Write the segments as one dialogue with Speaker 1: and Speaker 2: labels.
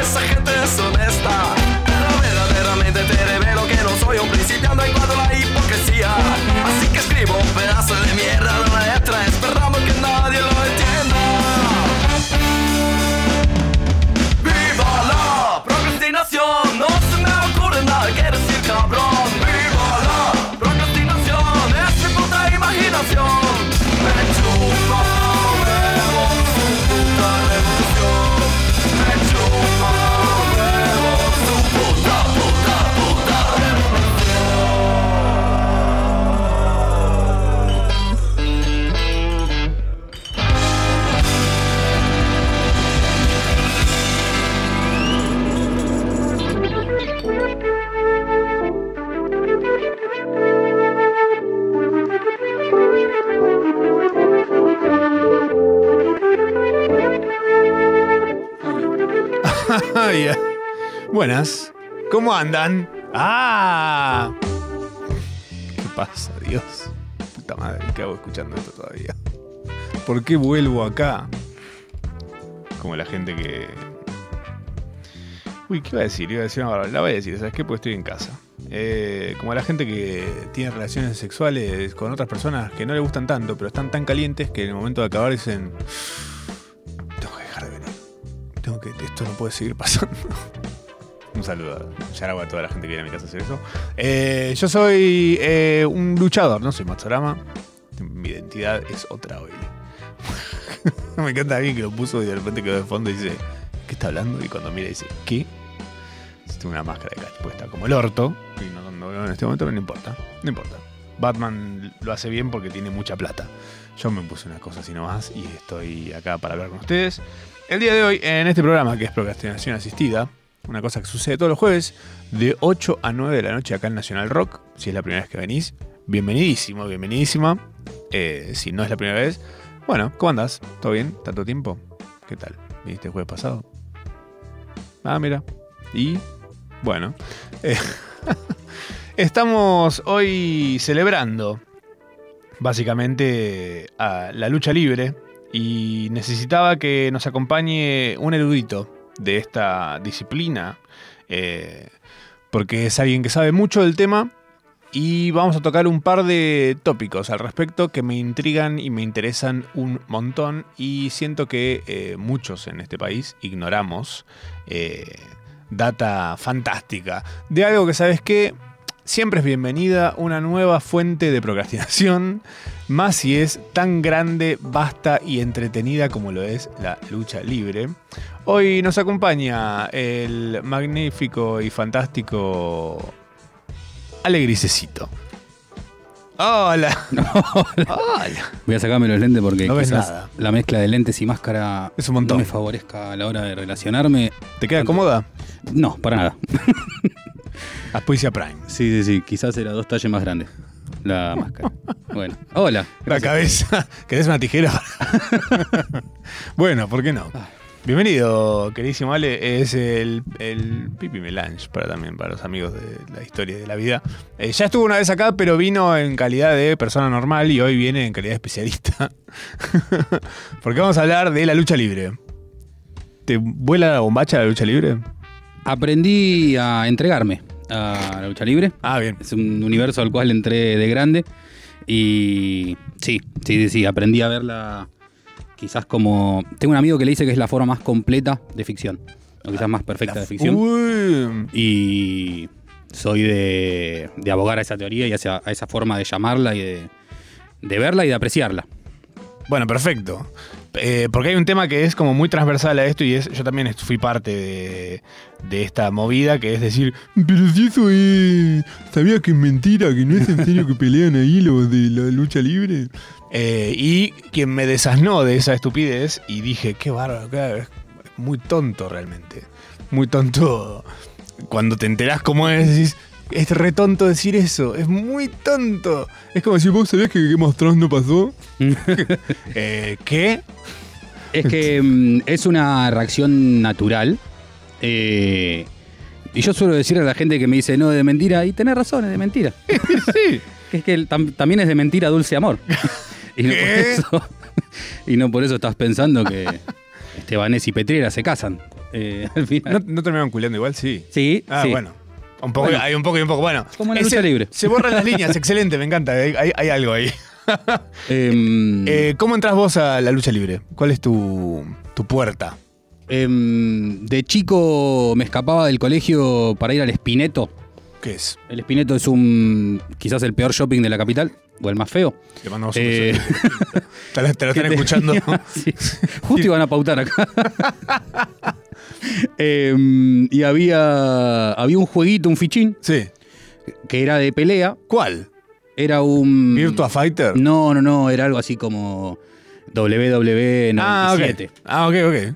Speaker 1: esa gente es honesta. Pero verdaderamente te revelo que no soy un principiante en cuanto a la hipocresía. Así que escribo un pedazo de mierda en una letra, esperando que nadie lo entienda. ¡Viva la procrastinación! No se me ocurre nada que decir, cabrón. ¡Viva la procrastinación! Es mi puta imaginación. Me chupa huevo su puta revolución. Me chupa huevo su puta, puta, puta revolución.
Speaker 2: Ay, ah. Buenas. ¿Cómo andan? ¡Ah! ¿Qué pasa, Dios? Puta madre, ¿qué hago escuchando esto todavía? ¿Por qué vuelvo acá? Como la gente que. Uy, ¿qué iba a decir? Iba a decir una barbaridad. La voy a decir, ¿sabes qué? Porque estoy en casa. Eh, como la gente que tiene relaciones sexuales con otras personas que no le gustan tanto, pero están tan calientes que en el momento de acabar dicen. Tengo que dejar de venir. Tengo que. Esto no puede seguir pasando. Un saludo a, a toda la gente que viene a mi casa a hacer eso. Eh, yo soy eh, un luchador, no soy Matsurama. Mi identidad es otra hoy. Me encanta alguien que lo puso y de repente quedó de fondo y dice, ¿qué está hablando? Y cuando mira dice, ¿qué? Tiene una máscara de cacho puesta como el orto. Y no, no veo en este momento, pero no importa. No importa. Batman lo hace bien porque tiene mucha plata. Yo me puse unas cosas y no más y estoy acá para hablar con ustedes. El día de hoy, en este programa que es Procrastinación Asistida, una cosa que sucede todos los jueves, de 8 a 9 de la noche acá en Nacional Rock, si es la primera vez que venís, bienvenidísimo, bienvenidísima. Eh, si no es la primera vez, bueno, ¿cómo andás? ¿Todo bien? ¿Tanto tiempo? ¿Qué tal? ¿Viniste el jueves pasado? Ah, mira. Y bueno, eh, estamos hoy celebrando básicamente a la lucha libre y necesitaba que nos acompañe un erudito de esta disciplina, eh, porque es alguien que sabe mucho del tema y vamos a tocar un par de tópicos al respecto que me intrigan y me interesan un montón y siento que eh, muchos en este país ignoramos eh, data fantástica de algo que sabes que siempre es bienvenida una nueva fuente de procrastinación, más si es tan grande, vasta y entretenida como lo es la lucha libre. Hoy nos acompaña el magnífico y fantástico Alegrisecito. Hola. Hola.
Speaker 3: Voy a sacarme los lentes porque
Speaker 2: No ves
Speaker 3: quizás
Speaker 2: nada.
Speaker 3: la mezcla de lentes y máscara
Speaker 2: Es un montón.
Speaker 3: no me favorezca a la hora de relacionarme.
Speaker 2: ¿Te queda cómoda?
Speaker 3: No, para nada.
Speaker 2: Aspuicia Prime.
Speaker 3: Sí, sí, sí. Quizás era dos talles más grande la máscara. Bueno, hola.
Speaker 2: La cabeza. ¿Querés una tijera? bueno, ¿por qué no? Bienvenido, queridísimo Ale. Es el, el Pipi Melange para también para los amigos de la historia y de la vida. Eh, ya estuvo una vez acá, pero vino en calidad de persona normal y hoy viene en calidad de especialista. Porque vamos a hablar de la lucha libre. ¿Te vuela la bombacha la lucha libre?
Speaker 3: Aprendí a entregarme a la lucha libre.
Speaker 2: Ah, bien.
Speaker 3: Es un universo al cual entré de grande. Y sí, sí, sí, sí, aprendí a verla quizás como... Tengo un amigo que le dice que es la forma más completa de ficción. O quizás más perfecta de ficción.
Speaker 2: Uh, Uy,
Speaker 3: y soy de, de abogar a esa teoría y hacia- a esa forma de llamarla y de, de verla y de apreciarla.
Speaker 2: Bueno, perfecto. Eh, porque hay un tema que es como muy transversal a esto y es, yo también est- fui parte de, de esta movida que es decir, pero si eso es, sabía que es mentira, que no es en serio que pelean ahí los de la lucha libre. Eh, y quien me desasnó de esa estupidez y dije, qué bárbaro, qué- es muy tonto realmente, muy tonto. Cuando te enterás cómo es, decís, es re tonto decir eso, es muy tonto. Es como si vos sabías que Game of Thrones no pasó. Eh, ¿Qué?
Speaker 3: Es que mm, es una reacción natural. eh, y yo suelo decir a la gente que me dice, no, de mentira, y tenés razón, es de mentira.
Speaker 2: sí.
Speaker 3: Que es que el tam- también es de mentira dulce amor. y, no por
Speaker 2: ¿Qué?
Speaker 3: eso, y no por eso estás pensando que Estebanés y Petrera se casan. eh, al final.
Speaker 2: ¿No, no terminaron culeando igual? Sí.
Speaker 3: Sí,
Speaker 2: Ah,
Speaker 3: sí.
Speaker 2: bueno. Un poco,
Speaker 3: Bueno.
Speaker 2: Hay un poco y un poco. Bueno.
Speaker 3: Como en la lucha libre.
Speaker 2: Se borran las líneas, excelente, me encanta. Hay, hay- hay algo ahí.
Speaker 3: Em,
Speaker 2: Eh, ¿Cómo entras vos a la lucha libre? ¿Cuál es tu, tu puerta?
Speaker 3: em, de chico me escapaba del colegio para ir al Espineto.
Speaker 2: ¿Qué es?
Speaker 3: El Espineto es un quizás el peor shopping de la capital, o el más feo.
Speaker 2: Te mandamos un
Speaker 3: Eh,
Speaker 2: beso. Te lo- te lo
Speaker 3: que
Speaker 2: están
Speaker 3: tenía-
Speaker 2: escuchando.
Speaker 3: Sí. Justo iban a pautar acá. Em, y había, había un jueguito, un fichín,
Speaker 2: Sí.
Speaker 3: que era de pelea.
Speaker 2: ¿Cuál?
Speaker 3: Era un.
Speaker 2: ¿Virtua E Fighter?
Speaker 3: Mm. No, no, no, era algo así como E WW97.
Speaker 2: ah, ok. Ah, ok, ok.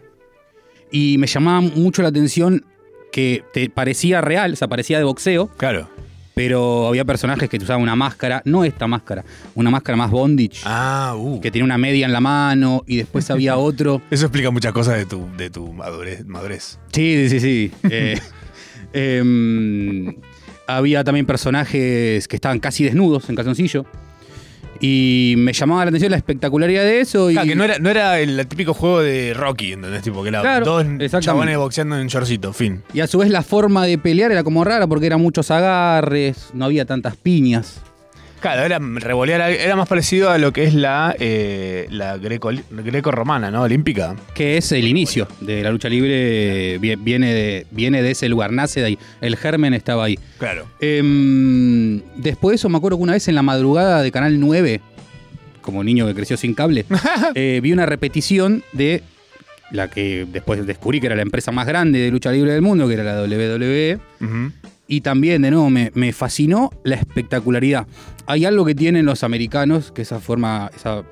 Speaker 3: Y me llamaba mucho la atención que te parecía real, o sea, parecía de boxeo,
Speaker 2: Claro.
Speaker 3: pero había personajes que usaban una máscara, no esta máscara, una máscara más bondage,
Speaker 2: Ah, uh.
Speaker 3: que tenía una media en la mano, y después había otro.
Speaker 2: Eso explica muchas cosas de tu, de tu madurez. madurez.
Speaker 3: Sí, sí, sí. sí. Eh, em, había también personajes que estaban casi desnudos en calzoncillo. Y me llamaba la atención la espectacularidad de eso. Y
Speaker 2: Claro, que no era, no era el típico juego de Rocky, ¿entendés? Tipo, que era
Speaker 3: Claro,
Speaker 2: dos
Speaker 3: exactamente.
Speaker 2: chabones boxeando en shortcito, fin.
Speaker 3: Y a su vez la forma de pelear era como rara porque eran muchos agarres, no había tantas piñas.
Speaker 2: Claro, era revolear, al- era más parecido a lo que es la, eh, la greco, greco-romana, ¿no? Olímpica.
Speaker 3: Que es el inicio de la lucha libre, vie- viene de, viene de ese lugar, nace de ahí. El germen estaba ahí.
Speaker 2: Claro.
Speaker 3: Em, después de eso me acuerdo que una vez en la madrugada de Canal 9, como niño que creció sin cable, eh, vi una repetición de la que después descubrí que era la empresa más grande de lucha libre del mundo, que era la WWE.
Speaker 2: Ujú.
Speaker 3: Y también, de nuevo, me, me fascinó la espectacularidad. Hay algo que tienen los americanos, que esa forma, esa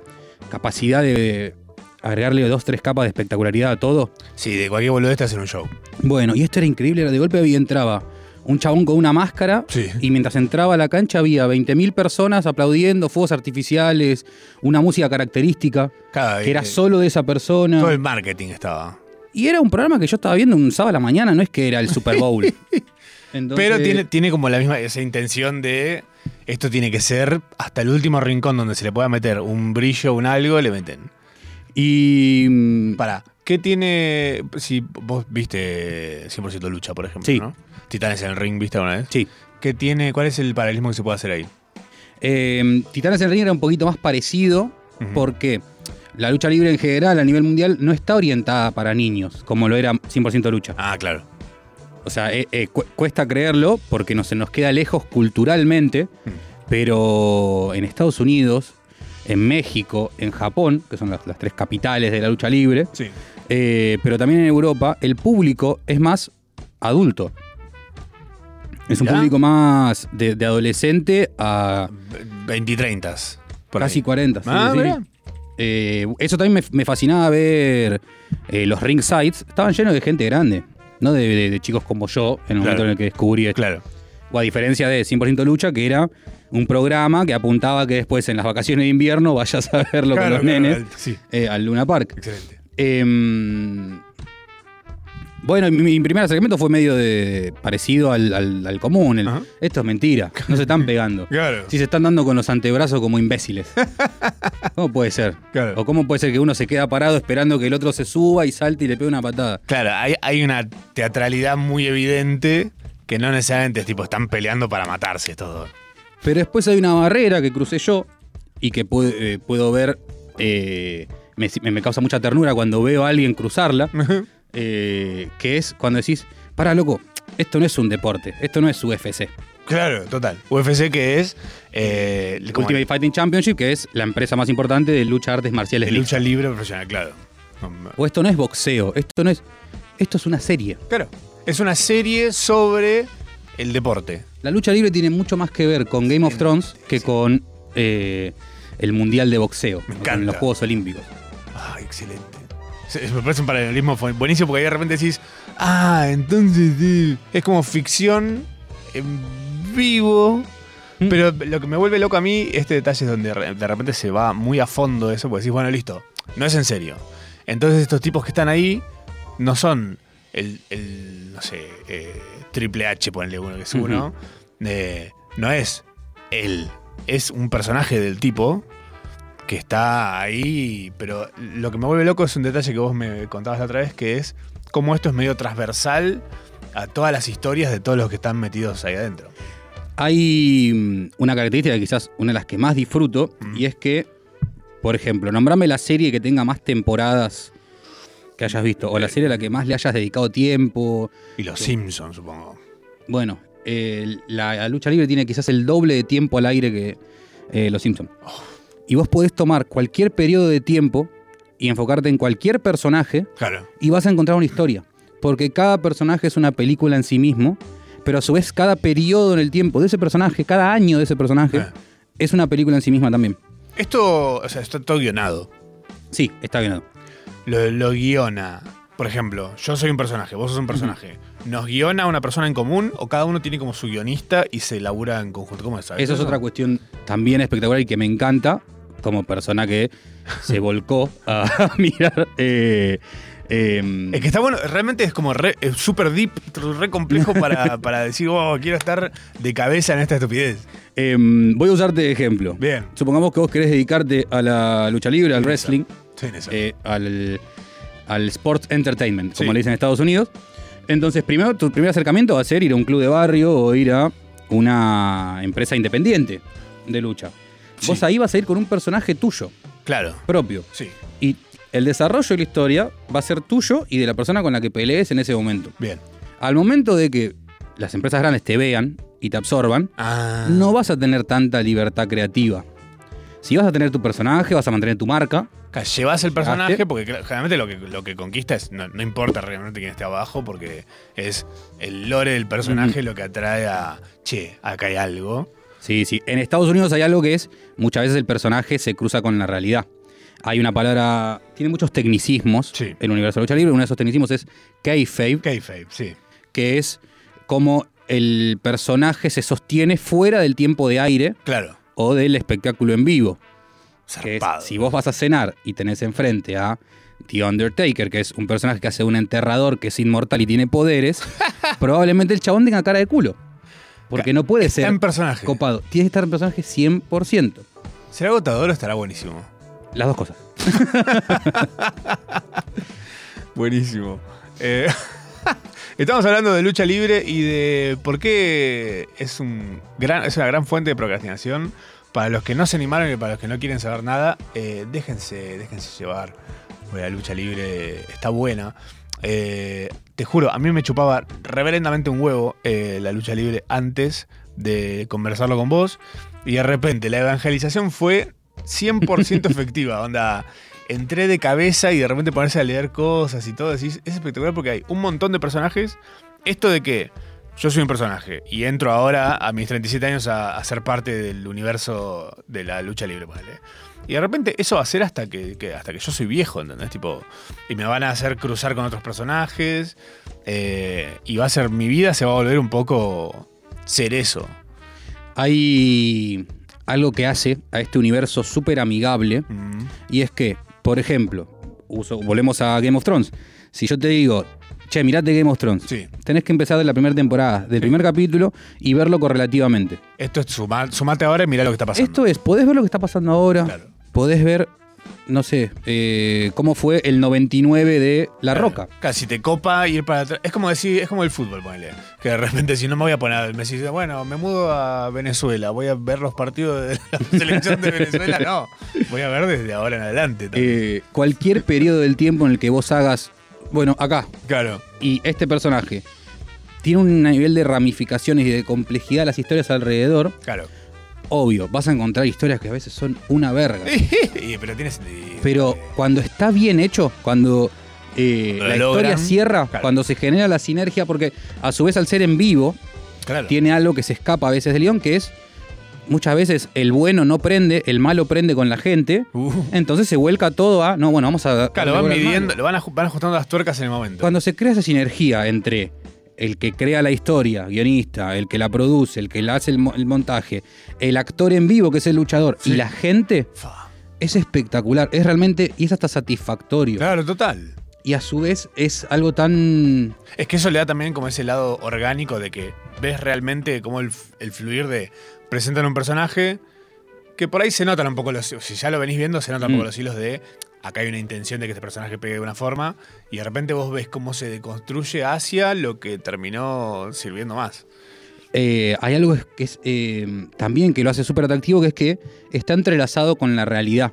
Speaker 3: capacidad de agregarle dos, tres capas de espectacularidad a todo.
Speaker 2: Sí, de cualquier boludo este hacen un show.
Speaker 3: Bueno, y esto era increíble, era de golpe había entraba un chabón con una máscara
Speaker 2: Sí.
Speaker 3: y mientras entraba a la cancha había 20.000 personas aplaudiendo, fuegos artificiales, una música característica,
Speaker 2: Claro,
Speaker 3: que era
Speaker 2: eh,
Speaker 3: solo de esa persona.
Speaker 2: Todo el marketing estaba.
Speaker 3: Y era un programa que yo estaba viendo un sábado a la mañana, no es que era el Super Bowl. Entonces-
Speaker 2: Pero tiene, tiene como la misma esa intención de esto tiene que ser hasta el último rincón donde se le pueda meter un brillo, un algo, le meten.
Speaker 3: Y... mm,
Speaker 2: Pará, ¿qué tiene. Si vos viste 100% lucha, por ejemplo,
Speaker 3: Sí.
Speaker 2: ¿no? Titanes en el ring, ¿viste alguna vez?
Speaker 3: Sí.
Speaker 2: ¿Qué tiene, ¿Cuál es el paralelismo que se puede hacer ahí?
Speaker 3: Eh, Titanes en Ring era un poquito más parecido
Speaker 2: Ujú.
Speaker 3: porque la lucha libre en general a nivel mundial no está orientada para niños, como lo era 100% lucha.
Speaker 2: Ah, claro.
Speaker 3: O sea, eh, eh, cu- cuesta creerlo porque no, se nos queda lejos culturalmente,
Speaker 2: Mm.
Speaker 3: pero en Estados Unidos, en México, en Japón, que son las, las tres capitales de la lucha libre,
Speaker 2: Sí.
Speaker 3: eh, pero también en Europa, el público es más adulto. Es un
Speaker 2: Mirá.
Speaker 3: público más de, de adolescente a
Speaker 2: 20 y 30. por
Speaker 3: casi
Speaker 2: ahí.
Speaker 3: 40. sí,
Speaker 2: Ah,
Speaker 3: sí.
Speaker 2: mirá.
Speaker 3: Eh, eso también me, me fascinaba ver eh, los ringsides. Estaban llenos de gente grande, no de, de- de chicos como yo en
Speaker 2: Claro.
Speaker 3: el momento en el que descubrí esto.
Speaker 2: Claro.
Speaker 3: O a diferencia de 100% Lucha, que era un programa que apuntaba que después en las vacaciones de invierno vayas a verlo con
Speaker 2: Claro,
Speaker 3: los
Speaker 2: claro,
Speaker 3: nenes
Speaker 2: al- Sí,
Speaker 3: eh, al Luna Park.
Speaker 2: excelente.
Speaker 3: Em, bueno, mi, mi primer acercamiento fue medio de parecido al, al- al común. el,
Speaker 2: Ajá.
Speaker 3: esto es mentira, no se están pegando.
Speaker 2: Claro.
Speaker 3: Si se están dando con los antebrazos como imbéciles. ¿Cómo puede ser?
Speaker 2: Claro.
Speaker 3: ¿O cómo puede ser que uno se queda parado esperando que el otro se suba y salte y le pegue una patada?
Speaker 2: Claro, hay, hay una teatralidad muy evidente que no necesariamente es tipo, están peleando para matarse estos dos.
Speaker 3: Pero después hay una barrera que crucé yo y que pu- eh, puedo ver. eh, me, me causa mucha ternura cuando veo a alguien cruzarla. eh, que es cuando decís, para loco, esto no es un deporte, esto no es UFC.
Speaker 2: Claro, total. UFC que es eh, como
Speaker 3: Ultimate Fighting Championship, que es la empresa más importante de lucha artes
Speaker 2: de
Speaker 3: marciales. mixtas.
Speaker 2: lucha libre profesional, claro. No,
Speaker 3: O esto no es boxeo, esto no es. Esto es una serie.
Speaker 2: Claro. Es una serie sobre el deporte.
Speaker 3: La lucha libre tiene mucho más que ver con Game of Thrones que con eh, el Mundial de Boxeo, o
Speaker 2: encanta.
Speaker 3: con los Juegos Olímpicos.
Speaker 2: Ah, excelente. Se- Me parece un paralelismo fu- buenísimo porque ahí de repente decís, ah, entonces eh, es como ficción en vivo.
Speaker 3: Mm.
Speaker 2: Pero lo que me vuelve loco a mí, este detalle es donde re- de repente se va muy a fondo eso, porque decís, bueno, listo, no es en serio. Entonces estos tipos que están ahí no son el, el, no sé, eh, Triple H, ponle uno que es
Speaker 3: Ujú.
Speaker 2: uno. eh, no es él, es un personaje del tipo que está ahí, pero lo que me vuelve loco es un detalle que vos me contabas la otra vez, que es cómo esto es medio transversal a todas las historias de todos los que están metidos ahí adentro.
Speaker 3: Hay mm, una característica que quizás una de las que más disfruto y es que, por ejemplo, nombrame la serie que tenga más temporadas que hayas visto o la serie a la que más le hayas dedicado tiempo.
Speaker 2: Y los Simpsons, supongo.
Speaker 3: Bueno, eh, la, la lucha libre tiene quizás el doble de tiempo al aire que eh, Los Simpsons. Y vos podés tomar cualquier periodo de tiempo y enfocarte en cualquier personaje
Speaker 2: Claro.
Speaker 3: y vas a encontrar una historia. Porque cada personaje es una película en sí mismo, pero a su vez cada periodo en el tiempo de ese personaje, cada año de ese personaje,
Speaker 2: Ah.
Speaker 3: es una película en sí misma también.
Speaker 2: Esto, o sea, está todo guionado.
Speaker 3: Sí, está bien.
Speaker 2: Lo, lo guiona. Por ejemplo, yo soy un personaje, vos sos un personaje. ¿Nos guiona una persona en común o cada uno tiene como su guionista y se labura en conjunto? ¿Cómo es? ¿Sabes
Speaker 3: Eso es otra cuestión también espectacular y que me encanta como persona que se volcó a mirar... eh, em,
Speaker 2: Es que está bueno, realmente es como re- es súper deep, re complejo para, para decir, oh, quiero estar de cabeza en esta estupidez.
Speaker 3: em, voy a usarte de ejemplo.
Speaker 2: Bien.
Speaker 3: Supongamos que vos querés dedicarte a la lucha libre, al wrestling.
Speaker 2: Sí, en eso.
Speaker 3: eh, al, al sports entertainment, como
Speaker 2: Sí.
Speaker 3: le dicen en Estados Unidos. Entonces, primero, tu primer acercamiento va a ser ir a un club de barrio o ir a una empresa independiente de lucha. Vos
Speaker 2: Sí.
Speaker 3: ahí vas a ir con un personaje tuyo,
Speaker 2: Claro.
Speaker 3: propio.
Speaker 2: Sí.
Speaker 3: Y el desarrollo de la historia va a ser tuyo y de la persona con la que pelees en ese momento.
Speaker 2: Bien.
Speaker 3: Al momento de que las empresas grandes te vean y te absorban,
Speaker 2: Ah.
Speaker 3: no vas a tener tanta libertad creativa. Si vas a tener tu personaje, vas a mantener tu marca,
Speaker 2: Claro, Llevas el personaje
Speaker 3: Llegaste.
Speaker 2: porque claro, generalmente lo que, lo que conquista es, no, no importa realmente quién esté abajo, porque es el lore del personaje lo que atrae a, che, acá hay algo.
Speaker 3: Sí, sí. En Estados Unidos hay algo que es, muchas veces el personaje se cruza con la realidad. Hay una palabra, tiene muchos tecnicismos
Speaker 2: Sí.
Speaker 3: el universo de la lucha libre. Uno de esos tecnicismos es kayfabe,
Speaker 2: Kayfabe, sí.
Speaker 3: que es como el personaje se sostiene fuera del tiempo de aire
Speaker 2: Claro.
Speaker 3: o del espectáculo en vivo. Que es,
Speaker 2: Zarpado.
Speaker 3: si vos vas a cenar y tenés enfrente a The Undertaker, que es un personaje que hace un enterrador que es inmortal y tiene poderes, probablemente el chabón tenga cara de culo. Porque no puede
Speaker 2: Está
Speaker 3: ser
Speaker 2: en personaje.
Speaker 3: copado. Tiene que estar en personaje 100%.
Speaker 2: ¿Será agotador o estará buenísimo?
Speaker 3: Las dos cosas.
Speaker 2: Buenísimo. Eh, estamos hablando de lucha libre y de por qué es, un gran, es una gran fuente de procrastinación. Para los que no se animaron y para los que no quieren saber nada, eh, déjense, déjense llevar. Porque la lucha libre está buena. Eh, te juro, a mí me chupaba reverendamente un huevo eh, la lucha libre antes de conversarlo con vos. Y de repente la evangelización fue 100% efectiva. Onda, entré de cabeza y de repente ponerse a leer cosas y todo. decís, es espectacular porque hay un montón de personajes. Esto de que yo soy un personaje y entro ahora a mis 37 años a, a ser parte del universo de la lucha libre, ponele. Y de repente eso va a ser hasta que, que- hasta que yo soy viejo, ¿entendés? Tipo, y me van a hacer cruzar con otros personajes. eh, y va a ser, mi vida se va a volver un poco ser eso.
Speaker 3: Hay algo que hace a este universo súper amigable
Speaker 2: Mm.
Speaker 3: y es que, por ejemplo, uso- volvemos a Game of Thrones. Si yo te digo, che, mirate Game of Thrones,
Speaker 2: Sí.
Speaker 3: tenés que empezar de la primera temporada, del primer capítulo y verlo correlativamente.
Speaker 2: Esto es suma- sumate ahora y mirá lo que está pasando.
Speaker 3: Esto es, podés ver lo que está pasando ahora,
Speaker 2: Claro.
Speaker 3: podés ver, no sé, eh, cómo fue el 99 de La Roca.
Speaker 2: Casi te copa ir para atrás. Es como decir, es como el fútbol, ponele. Que de repente si no me voy a poner, me decís, bueno, me mudo a Venezuela, voy a ver los partidos de la selección de Venezuela. No, voy a ver desde ahora en adelante. también.
Speaker 3: Eh, cualquier periodo del tiempo en el que vos hagas, bueno, acá,
Speaker 2: claro.
Speaker 3: y este personaje tiene un nivel de ramificaciones y de complejidad de las historias alrededor,
Speaker 2: Claro.
Speaker 3: obvio, vas a encontrar historias que a veces son una verga.
Speaker 2: Y- pero eh, tienes. y-
Speaker 3: Pero cuando está bien hecho, cuando eh,
Speaker 2: Lo
Speaker 3: la
Speaker 2: logran,
Speaker 3: historia cierra,
Speaker 2: claro.
Speaker 3: cuando se genera la sinergia, porque a su vez al ser en vivo,
Speaker 2: Claro.
Speaker 3: tiene algo que se escapa a veces del guión, que es muchas veces el bueno no prende, el malo prende con la gente,
Speaker 2: Uh.
Speaker 3: entonces se vuelca todo a, no, bueno, vamos a...
Speaker 2: Claro, van
Speaker 3: darle bola al malo".
Speaker 2: midiendo, lo van, aju- van ajustando las tuercas en el momento.
Speaker 3: Cuando se crea esa sinergia entre el que crea la historia, guionista, el que la produce, el que la hace el, mo- el montaje, el actor en vivo, que es el luchador,
Speaker 2: Sí.
Speaker 3: y la gente,
Speaker 2: Fa.
Speaker 3: es espectacular. Es realmente, y es hasta satisfactorio.
Speaker 2: Claro, total.
Speaker 3: Y a su vez es algo tan.
Speaker 2: Es que eso le da también como ese lado orgánico de que ves realmente como el, f- el fluir de presentan un personaje que por ahí se notan un poco los si ya lo venís viendo se notan un poco
Speaker 3: Mm.
Speaker 2: los hilos de acá hay una intención de que este personaje pegue de una forma, y de repente vos ves cómo se deconstruye hacia lo que terminó sirviendo más.
Speaker 3: Eh, hay algo es- que es eh, también que lo hace súper atractivo, que es que está entrelazado con la realidad.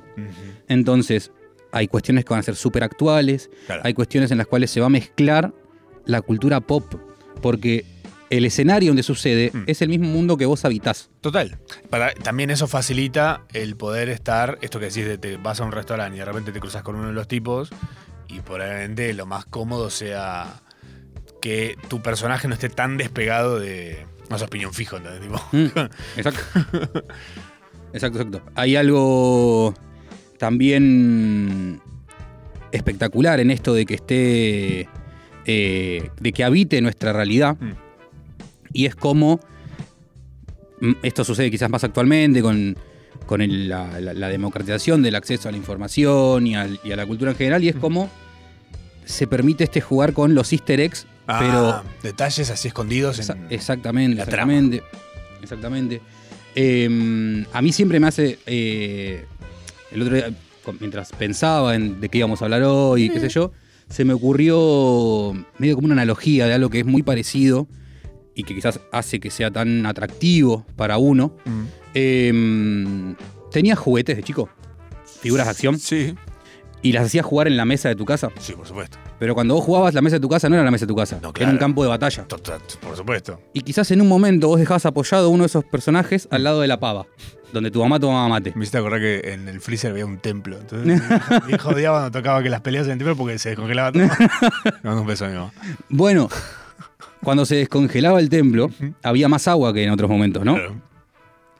Speaker 3: Entonces, hay cuestiones que van a ser súper actuales,
Speaker 2: Claro.
Speaker 3: hay cuestiones en las cuales se va a mezclar la cultura pop, porque el escenario donde sucede
Speaker 2: Mm.
Speaker 3: es el mismo mundo que vos habitás.
Speaker 2: Total. Para, también eso facilita el poder estar, esto que decís, de te vas a un restaurante y de repente te cruzas con uno de los tipos y probablemente lo más cómodo sea que tu personaje no esté tan despegado de... No es opinión fijo, ¿entendés? Tipo,
Speaker 3: Mm, Exacto. Exacto, exacto. Hay algo también espectacular en esto de que esté. eh, de que habite nuestra realidad.
Speaker 2: Mm.
Speaker 3: Y es como. mm, Esto sucede quizás más actualmente con, con el- la, la- la democratización del acceso a la información y, al- y a la cultura en general.
Speaker 2: Mm.
Speaker 3: Y es como se permite este jugar con los easter eggs,
Speaker 2: ah,
Speaker 3: pero
Speaker 2: detalles así escondidos
Speaker 3: Exa-
Speaker 2: en...
Speaker 3: exactamente,
Speaker 2: la trama.
Speaker 3: exactamente. Exactamente. Eh, a mí siempre me hace. eh, el otro día, con- mientras pensaba en de qué íbamos a hablar hoy, qué
Speaker 2: Mm.
Speaker 3: sé yo, se me ocurrió medio como una analogía de algo que es muy parecido y que quizás hace que sea tan atractivo para uno.
Speaker 2: Mm.
Speaker 3: Eh, tenía juguetes de chico, figuras de acción,
Speaker 2: Sí.
Speaker 3: y las hacías jugar en la mesa de tu casa.
Speaker 2: Sí, por supuesto.
Speaker 3: Pero cuando vos jugabas, la mesa de tu casa no era la mesa de tu casa,
Speaker 2: No,
Speaker 3: era un
Speaker 2: claro.
Speaker 3: campo de batalla.
Speaker 2: Total, por supuesto.
Speaker 3: Y quizás en un momento vos dejabas apoyado uno de esos personajes al lado de la pava, donde tu mamá tomaba mate.
Speaker 2: Me hiciste acordar que en el freezer había un templo. Entonces, mi hijo odiaba cuando tocaba que las peleas en el templo porque se descongelaba todo. Le mando un beso a mi mamá.
Speaker 3: Bueno, cuando se descongelaba el templo, había más agua que en otros momentos, ¿no?
Speaker 2: Claro.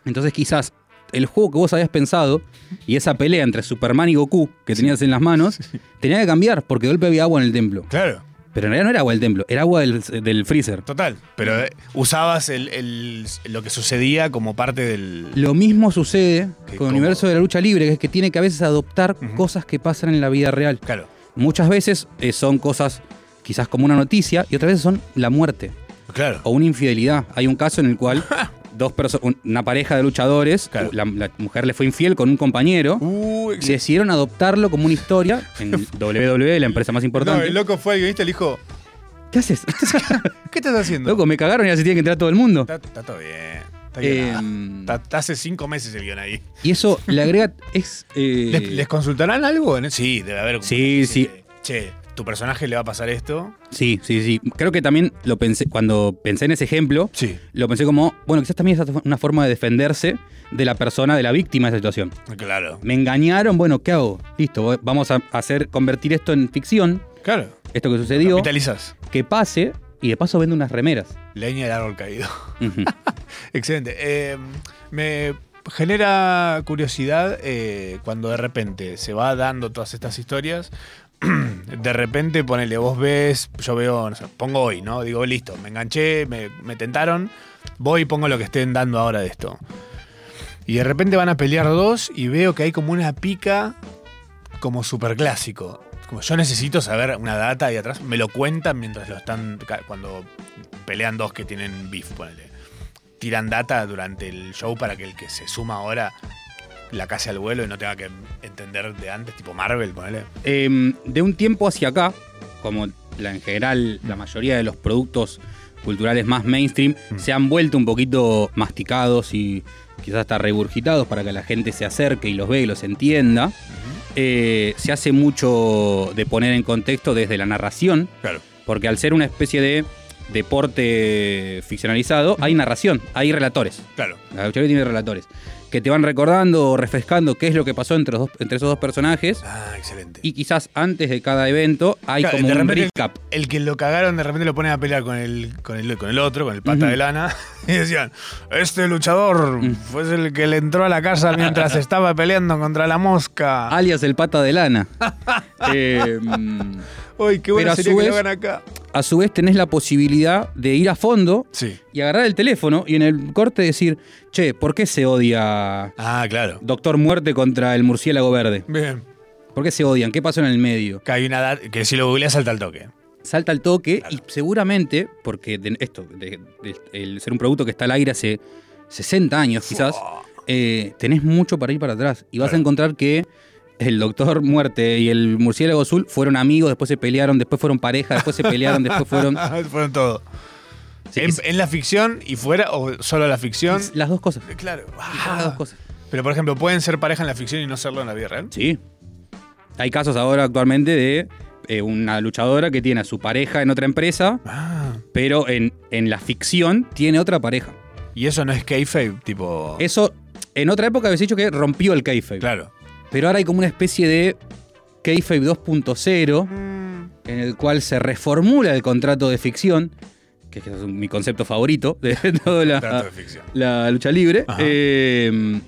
Speaker 3: Entonces quizás el juego que vos habías pensado y esa pelea entre Superman y Goku que tenías en las manos, tenía que cambiar porque de golpe había agua en el templo.
Speaker 2: Claro.
Speaker 3: Pero en realidad no era agua del templo, era agua del, del freezer.
Speaker 2: Total, pero eh, usabas el, el- lo que sucedía como parte del...
Speaker 3: Lo mismo sucede
Speaker 2: Qué
Speaker 3: con
Speaker 2: cómodo.
Speaker 3: el universo de la lucha libre, que es que tiene que a veces adoptar cosas que pasan en la vida real.
Speaker 2: Claro,
Speaker 3: Muchas veces eh, son cosas quizás como una noticia y otras veces son la muerte
Speaker 2: claro.
Speaker 3: o una infidelidad. Hay un caso en el cual dos perso- un- una pareja de luchadores,
Speaker 2: Claro.
Speaker 3: la, la mujer le fue infiel con un compañero,
Speaker 2: Uh,
Speaker 3: y decidieron adoptarlo como una historia en WWE, la empresa más
Speaker 2: no,
Speaker 3: importante.
Speaker 2: el loco fue al guionista y le dijo,
Speaker 3: ¿Qué haces?
Speaker 2: ¿qué estás haciendo?
Speaker 3: Loco, me cagaron y así tiene que entrar todo el mundo.
Speaker 2: Está, está todo bien. Está
Speaker 3: Eh,
Speaker 2: guionado. Está- está hace cinco meses el guión ahí.
Speaker 3: y eso le agrega... Es, eh,
Speaker 2: ¿Les, les consultarán algo? en el- Sí, debe haber. como
Speaker 3: Sí,
Speaker 2: una
Speaker 3: sí.
Speaker 2: especie de, Che, tu personaje le va a pasar esto.
Speaker 3: Sí, sí, sí. Creo que también lo pensé, cuando pensé en ese ejemplo,
Speaker 2: Sí.
Speaker 3: lo pensé como, bueno, quizás también es una forma de defenderse de la persona, de la víctima de esa situación.
Speaker 2: Claro.
Speaker 3: Me engañaron, bueno, ¿qué hago? Listo, voy- vamos a hacer, convertir esto en ficción,
Speaker 2: Claro.
Speaker 3: esto que sucedió,
Speaker 2: Capitalizas.
Speaker 3: que pase, y de paso vendo unas remeras.
Speaker 2: Leña del árbol caído.
Speaker 3: Ujú.
Speaker 2: Excelente. Eh, me genera curiosidad eh, cuando de repente se va dando todas estas historias. De repente, ponele, vos ves, yo veo, no sé, pongo hoy, ¿no? Digo, listo, me enganché, me, me tentaron, voy y pongo lo que estén dando ahora de esto. Y de repente van a pelear dos y veo que hay como una pica como súper clásico. Como yo necesito saber una data ahí atrás, me lo cuentan mientras lo están, ca- cuando pelean dos que tienen beef, ponele tiran data durante el show para que el que se suma ahora la case al vuelo y no tenga que entender de antes, tipo Marvel, ponele.
Speaker 3: Em, de un tiempo hacia acá, como la, en general la mayoría de los productos culturales más mainstream, se han vuelto un poquito masticados y quizás hasta regurgitados para que la gente se acerque y los ve y los entienda. Eh, se hace mucho de poner en contexto desde la narración,
Speaker 2: Claro.
Speaker 3: porque al ser una especie de deporte ficcionalizado, hay narración, hay relatores.
Speaker 2: Claro.
Speaker 3: La lucha libre tiene relatores que te van recordando o refrescando qué es lo que pasó entre, los dos- entre esos dos personajes.
Speaker 2: Ah, excelente.
Speaker 3: Y quizás antes de cada evento hay
Speaker 2: Claro,
Speaker 3: como
Speaker 2: de
Speaker 3: un
Speaker 2: repente el-
Speaker 3: recap.
Speaker 2: El que lo cagaron de repente lo ponen a pelear con el, con el, con el otro, con el pata
Speaker 3: Ujú. Mm.
Speaker 2: de lana. Y decían, este luchador fue el que le entró a la casa mientras estaba peleando contra la mosca.
Speaker 3: Alias el pata de lana. Eh, mm,
Speaker 2: Uy, qué
Speaker 3: pero
Speaker 2: bueno
Speaker 3: a
Speaker 2: sería
Speaker 3: su
Speaker 2: que lo
Speaker 3: vez-
Speaker 2: hagan acá.
Speaker 3: a su vez tenés la posibilidad de ir a fondo
Speaker 2: Sí.
Speaker 3: y agarrar el teléfono y en el corte decir, che, ¿por qué se odia
Speaker 2: Ah, claro.
Speaker 3: Doctor Muerte contra el murciélago verde?
Speaker 2: Bien.
Speaker 3: ¿Por qué se odian? ¿Qué pasó en el medio?
Speaker 2: Que hay una edad que si lo googleas salta al toque.
Speaker 3: Salta al toque y seguramente, porque de- esto, de- de- el ser un producto que está al aire hace 60 años quizás, eh, tenés mucho para ir para atrás y vas a encontrar que el Doctor Muerte y el Murciélago Azul fueron amigos, después se pelearon, después fueron pareja, después se pelearon, después fueron...
Speaker 2: Fueron todo.
Speaker 3: Sí,
Speaker 2: en,
Speaker 3: es-
Speaker 2: en la ficción y fuera, o solo la ficción.
Speaker 3: es las dos cosas.
Speaker 2: Claro. Ah.
Speaker 3: Las dos cosas.
Speaker 2: Pero, por ejemplo, pueden ser pareja en la ficción y no serlo en la vida real.
Speaker 3: Sí. Hay casos ahora actualmente de eh, una luchadora que tiene a su pareja en otra empresa,
Speaker 2: Ah.
Speaker 3: pero en, en la ficción tiene otra pareja.
Speaker 2: Y eso no es kayfabe, tipo.
Speaker 3: Eso, en otra época habéis dicho que rompió el kayfabe.
Speaker 2: Claro.
Speaker 3: Pero ahora hay como una especie de kayfabe 2.0 en el cual se reformula el contrato de ficción, que es que es mi concepto favorito de toda
Speaker 2: Trato
Speaker 3: la,
Speaker 2: de ficción.
Speaker 3: la lucha libre.
Speaker 2: Ajá.
Speaker 3: Eh,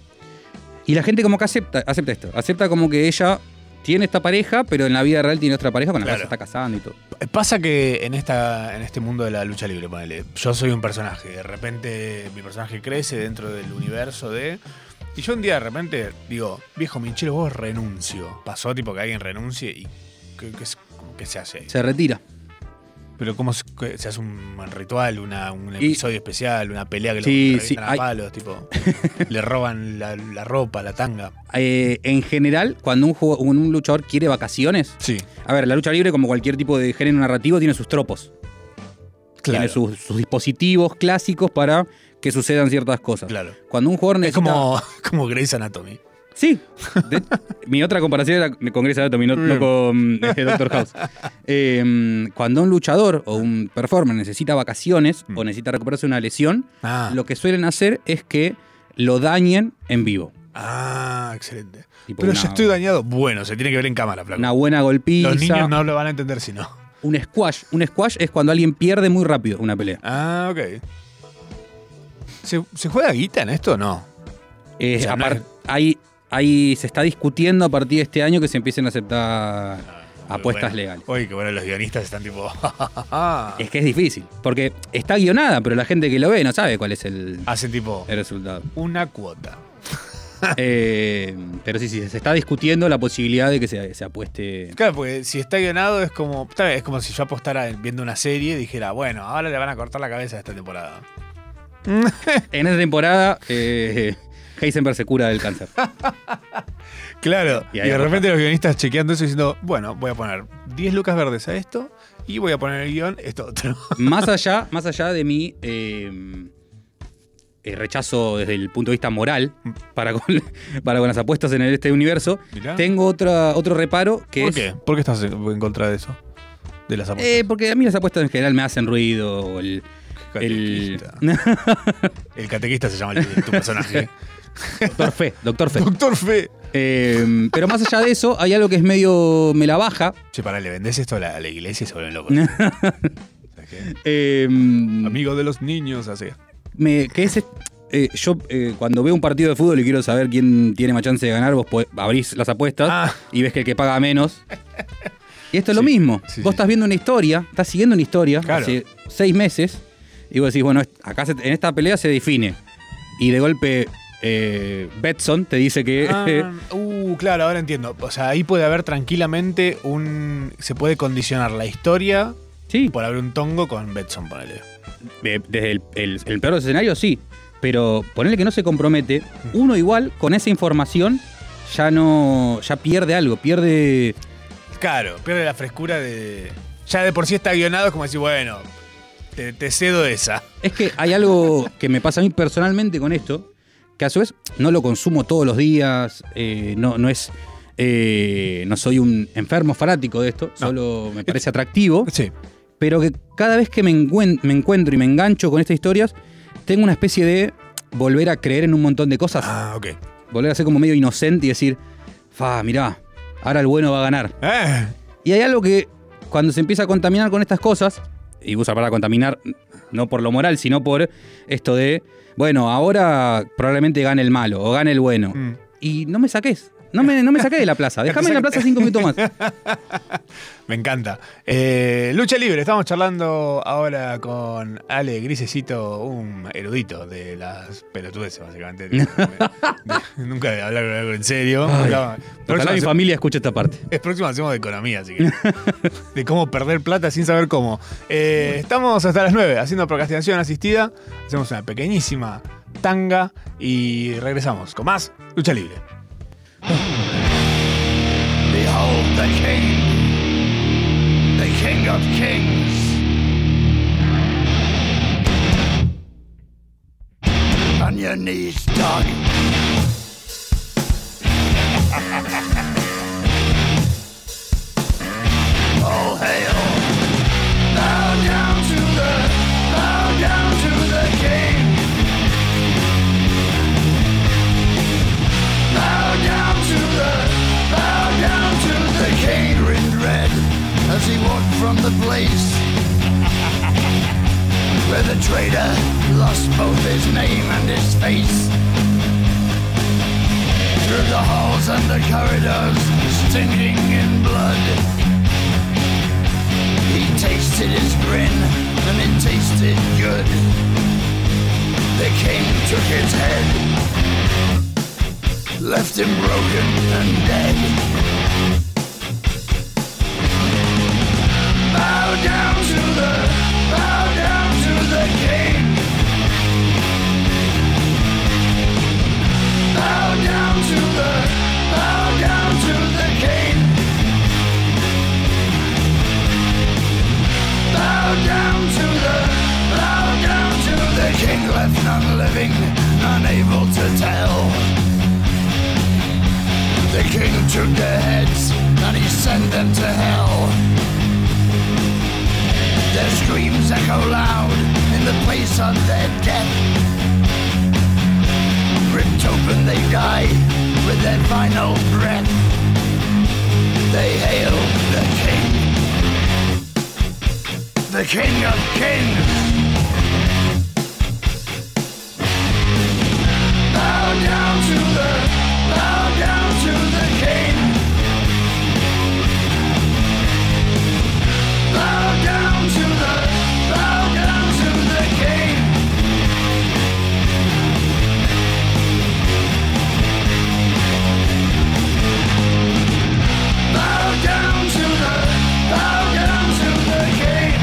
Speaker 3: y la gente como que acepta, acepta esto. Acepta como que ella tiene esta pareja, pero en la vida real tiene otra pareja con la
Speaker 2: Claro.
Speaker 3: que se está casando y todo.
Speaker 2: Pasa que en, esta, en este mundo de la lucha libre, ponele, yo soy un personaje, de repente mi personaje crece dentro del universo de... Y yo un día de repente digo, viejo Michelo, vos renuncio. Pasó tipo que alguien renuncie y ¿qué, qué, es- qué se hace? ahí?
Speaker 3: Se retira.
Speaker 2: Pero ¿cómo se, qué- se hace un ritual, una- un
Speaker 3: Y-
Speaker 2: episodio especial, una pelea que
Speaker 3: Sí,
Speaker 2: lo
Speaker 3: sí,
Speaker 2: revientan a
Speaker 3: hay-
Speaker 2: palos, tipo, le roban la, la ropa, la tanga?
Speaker 3: Eh, en general, cuando un, jugo- un- un luchador quiere vacaciones,
Speaker 2: Sí,
Speaker 3: a ver, la lucha libre, como cualquier tipo de género narrativo, tiene sus tropos. Tiene sus, sus dispositivos clásicos para que sucedan ciertas cosas.
Speaker 2: Claro.
Speaker 3: Cuando un jugador
Speaker 2: Es
Speaker 3: necesita...
Speaker 2: como, como Grey's Anatomy.
Speaker 3: Sí. De- mi otra comparación era con Grey's Anatomy, no, no con eh, Doctor House. Eh, cuando un luchador o un performer necesita vacaciones o necesita recuperarse de una lesión,
Speaker 2: Mm. Ah.
Speaker 3: lo que suelen hacer es que lo dañen en vivo.
Speaker 2: Ah, excelente.
Speaker 3: Tipo
Speaker 2: Pero
Speaker 3: una-
Speaker 2: ya estoy dañado. Bueno, se tiene que ver en cámara, flaco.
Speaker 3: Una buena golpiza.
Speaker 2: Los niños no lo van a entender si no.
Speaker 3: Un squash. Un squash es cuando alguien pierde muy rápido una pelea.
Speaker 2: Ah, ok. ¿Se, se juega guita en esto o no?
Speaker 3: Eh,
Speaker 2: O sea, no
Speaker 3: apar-
Speaker 2: es-
Speaker 3: hay, hay- se está discutiendo a partir de este año que se empiecen a aceptar apuestas
Speaker 2: Bueno.
Speaker 3: legales.
Speaker 2: Oye, que bueno, los guionistas están tipo.
Speaker 3: Es que es difícil, porque está guionada, pero la gente que lo ve no sabe cuál es el,
Speaker 2: Hacen tipo
Speaker 3: el resultado.
Speaker 2: una cuota.
Speaker 3: Eh, pero sí, sí, se está discutiendo la posibilidad de que se, se apueste.
Speaker 2: Claro, porque si está guionado es como. tal vez Es como si yo apostara viendo una serie y dijera, bueno, ahora le van a cortar la cabeza esta temporada.
Speaker 3: En esta temporada, eh, Heisenberg se cura del cáncer.
Speaker 2: Claro.
Speaker 3: Y
Speaker 2: Y,
Speaker 3: ahí
Speaker 2: de
Speaker 3: apuesta.
Speaker 2: repente los guionistas chequeando eso y diciendo, bueno, voy a poner 10 lucas verdes a esto y voy a poner el guión esto otro.
Speaker 3: más, allá, más allá de mi eh, eh, rechazo desde el punto de vista moral para con, para con las apuestas en este universo,
Speaker 2: Mirá.
Speaker 3: tengo otra, otro reparo que
Speaker 2: ¿Por
Speaker 3: es.
Speaker 2: qué? ¿Por qué estás en en contra de eso? De las apuestas.
Speaker 3: Eh, porque a mí las apuestas en general me hacen ruido. o el- el,
Speaker 2: Catequista. El catequista se llama el- tu personaje.
Speaker 3: Doctor Fe, Doctor Fe.
Speaker 2: Doctor Fe.
Speaker 3: Eh, pero más allá de eso, hay algo que es medio me la baja.
Speaker 2: Che, pará, le vendés esto a la, a la iglesia y se vuelven locos. ¿Sabes qué?
Speaker 3: eh,
Speaker 2: Amigo de los niños, así.
Speaker 3: me- que es, eh, yo eh, cuando veo un partido de fútbol y quiero saber quién tiene más chance de ganar, vos podés- abrís las apuestas
Speaker 2: Ah.
Speaker 3: y ves que el que paga menos. Y esto es lo
Speaker 2: Sí,
Speaker 3: mismo.
Speaker 2: sí,
Speaker 3: vos
Speaker 2: sí.
Speaker 3: estás viendo una historia, estás siguiendo una historia
Speaker 2: Claro.
Speaker 3: hace seis meses y vos decís, bueno, acá se- en esta pelea se define. Y de golpe eh, Betson te dice que...
Speaker 2: Ah, uh, claro, ahora entiendo. O sea, ahí puede haber tranquilamente un. Se puede condicionar la historia
Speaker 3: sí,
Speaker 2: por haber un tongo con Betson, ponele.
Speaker 3: Eh, desde el, el- el peor escenario, sí. Pero ponerle que no se compromete, uno igual con esa información ya no. ya pierde algo, pierde.
Speaker 2: Claro, pierde la frescura de. Ya de por sí está guionado, es como decir, bueno, te, te cedo esa.
Speaker 3: Es que hay algo que me pasa a mí personalmente con esto, que a su vez no lo consumo todos los días, eh, no, no es. eh, no soy un enfermo fanático de esto,
Speaker 2: No.
Speaker 3: solo me parece atractivo.
Speaker 2: Sí.
Speaker 3: pero que cada vez que me, encuen- me encuentro y me engancho con estas historias, tengo una especie de volver a creer en un montón de cosas.
Speaker 2: Ah, ok.
Speaker 3: volver a ser como medio inocente y decir, fa, mirá, ahora el bueno va a ganar.
Speaker 2: Eh,
Speaker 3: Y hay algo que cuando se empieza a contaminar con estas cosas, y usa para contaminar no por lo moral, sino por esto de, bueno, ahora probablemente gane el malo o gane el bueno.
Speaker 2: Mm.
Speaker 3: Y no me saques, no me, no me saques de la plaza, déjame en la plaza cinco minutos más.
Speaker 2: Me encanta. Eh, lucha libre, estamos charlando ahora con Ale Grisecito, un erudito de las pelotudeces, básicamente. De- de- nunca de hablar con algo en serio. Nunca-
Speaker 3: Ojalá
Speaker 2: próximo
Speaker 3: mi
Speaker 2: hace-
Speaker 3: familia escuche esta parte.
Speaker 2: es próximo hacemos de economía, así que. de cómo perder plata sin saber cómo. Eh, estamos hasta las 9 haciendo procrastinación asistida. Hacemos una pequeñísima tanga y regresamos con más lucha libre.
Speaker 1: They came. The king of kings. On your knees, dog. All hail. Bow down to the, bow down to the king. Bow down to the, bow down to the king in red as he walked from the place where the traitor lost both his name and his face. Through the halls and the corridors, stinking in blood. He tasted his grin and it tasted good. The king took its head left him broken and dead. Bow down to the, bow down to the king. Bow down to the, bow down to the king. Bow down to the, bow down to the king. Left none living, unable to tell. The king took their heads and he sent them to hell. Their screams echo loud in the place of their death. Ripped open, they die with their final breath. They hail the king, the king of kings. Bow down to the, bow down to the king. Bow down to the, bow down to the king. Bow down to the, bow down to the king.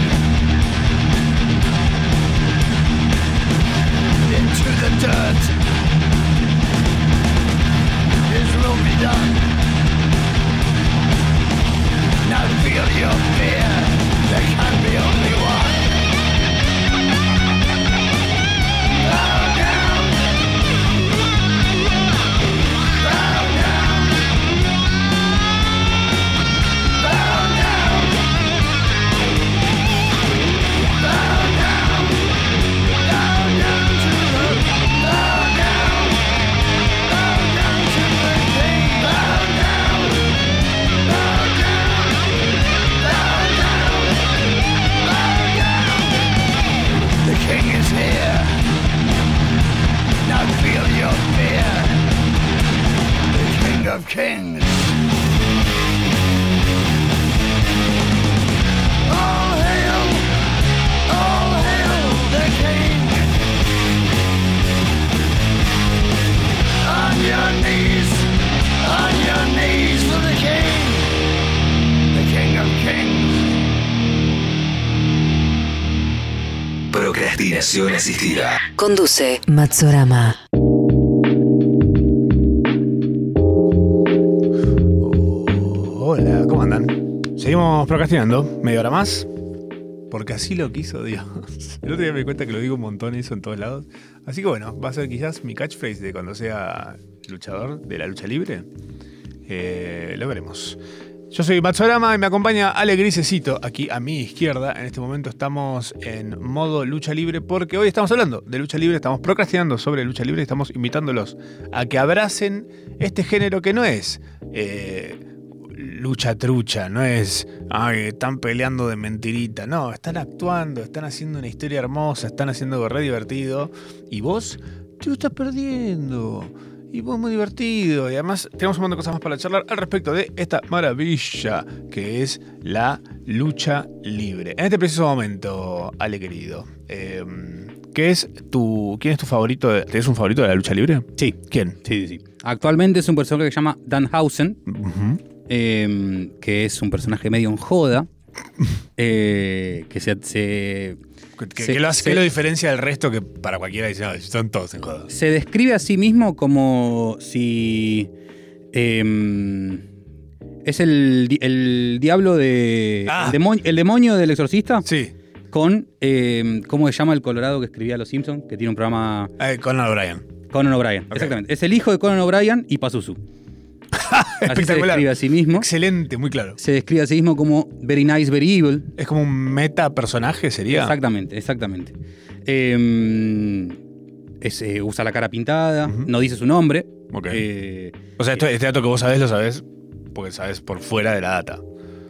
Speaker 1: Into the dirt. This will be done. Now feel your fear. There can be only one. Bow down. Bow down. Bow down. Bow down. Bow down to the. Bow down. Bow down to the king. Bow down. Bow down. Bow down. Bow down. The king is here. Now feel your fear. The king of kings. All hail, all hail the king. On your knees, on your knees for the king, the king of kings.
Speaker 4: Procrastinación asistida.
Speaker 5: Conduce Matsorama.
Speaker 2: Hola, ¿cómo andan? Seguimos procrastinando, media hora más. Porque así lo quiso Dios. El otro día me di cuenta que lo digo un montón eso en todos lados. Así que bueno, va a ser quizás mi catchphrase de cuando sea luchador de la lucha libre. Eh, lo veremos. Yo soy Matsorama y me acompaña Ale Grisecito aquí a mi izquierda. En este momento estamos en modo lucha libre porque hoy estamos hablando de lucha libre, estamos procrastinando sobre lucha libre, estamos invitándolos a que abracen este género que no es eh, lucha trucha, no es, ay, están peleando de mentirita, no, están actuando, están haciendo una historia hermosa, están haciendo algo re divertido y vos te lo estás perdiendo. Y vos muy divertido. Y además tenemos un montón de cosas más para charlar al respecto de esta maravilla que es la lucha libre. En este preciso momento, Ale querido, eh, ¿qué es tu, ¿quién es tu favorito? de- ¿Tenés un favorito de la lucha libre?
Speaker 3: Sí,
Speaker 2: ¿Quién?
Speaker 3: sí, sí. Actualmente es un personaje que se llama Dan Housen,
Speaker 2: Ujú.
Speaker 3: eh, que es un personaje medio en joda, eh, que se, se,
Speaker 2: ¿Qué- qué-
Speaker 3: Sí,
Speaker 2: qué lo hace- qué
Speaker 3: sí.
Speaker 2: lo diferencia del resto que para cualquiera dice, "No, son todos en joda?
Speaker 3: se describe a sí mismo como si em, Es el, di- el diablo de.
Speaker 2: Ah.
Speaker 3: El, demonio, el demonio del exorcista.
Speaker 2: Sí,
Speaker 3: Con. eh, ¿Cómo se llama el Colorado que escribía Los Simpsons? Que tiene un programa.
Speaker 2: eh, Conan O'Brien.
Speaker 3: Conan O'Brien. Exactamente. Es el hijo de Conan O'Brien y Pazuzu. Así se
Speaker 2: Espectacular.
Speaker 3: describe a sí mismo.
Speaker 2: Excelente, muy claro.
Speaker 3: Se describe a sí mismo como Very Nice, Very Evil.
Speaker 2: Es como un meta personaje, sería.
Speaker 3: Exactamente, exactamente. Eh, es, eh, usa la cara pintada,
Speaker 2: Ujú.
Speaker 3: no dice su nombre.
Speaker 2: Ok.
Speaker 3: Eh,
Speaker 2: O sea, esto- este dato que vos sabés lo sabés porque sabés por fuera de la data.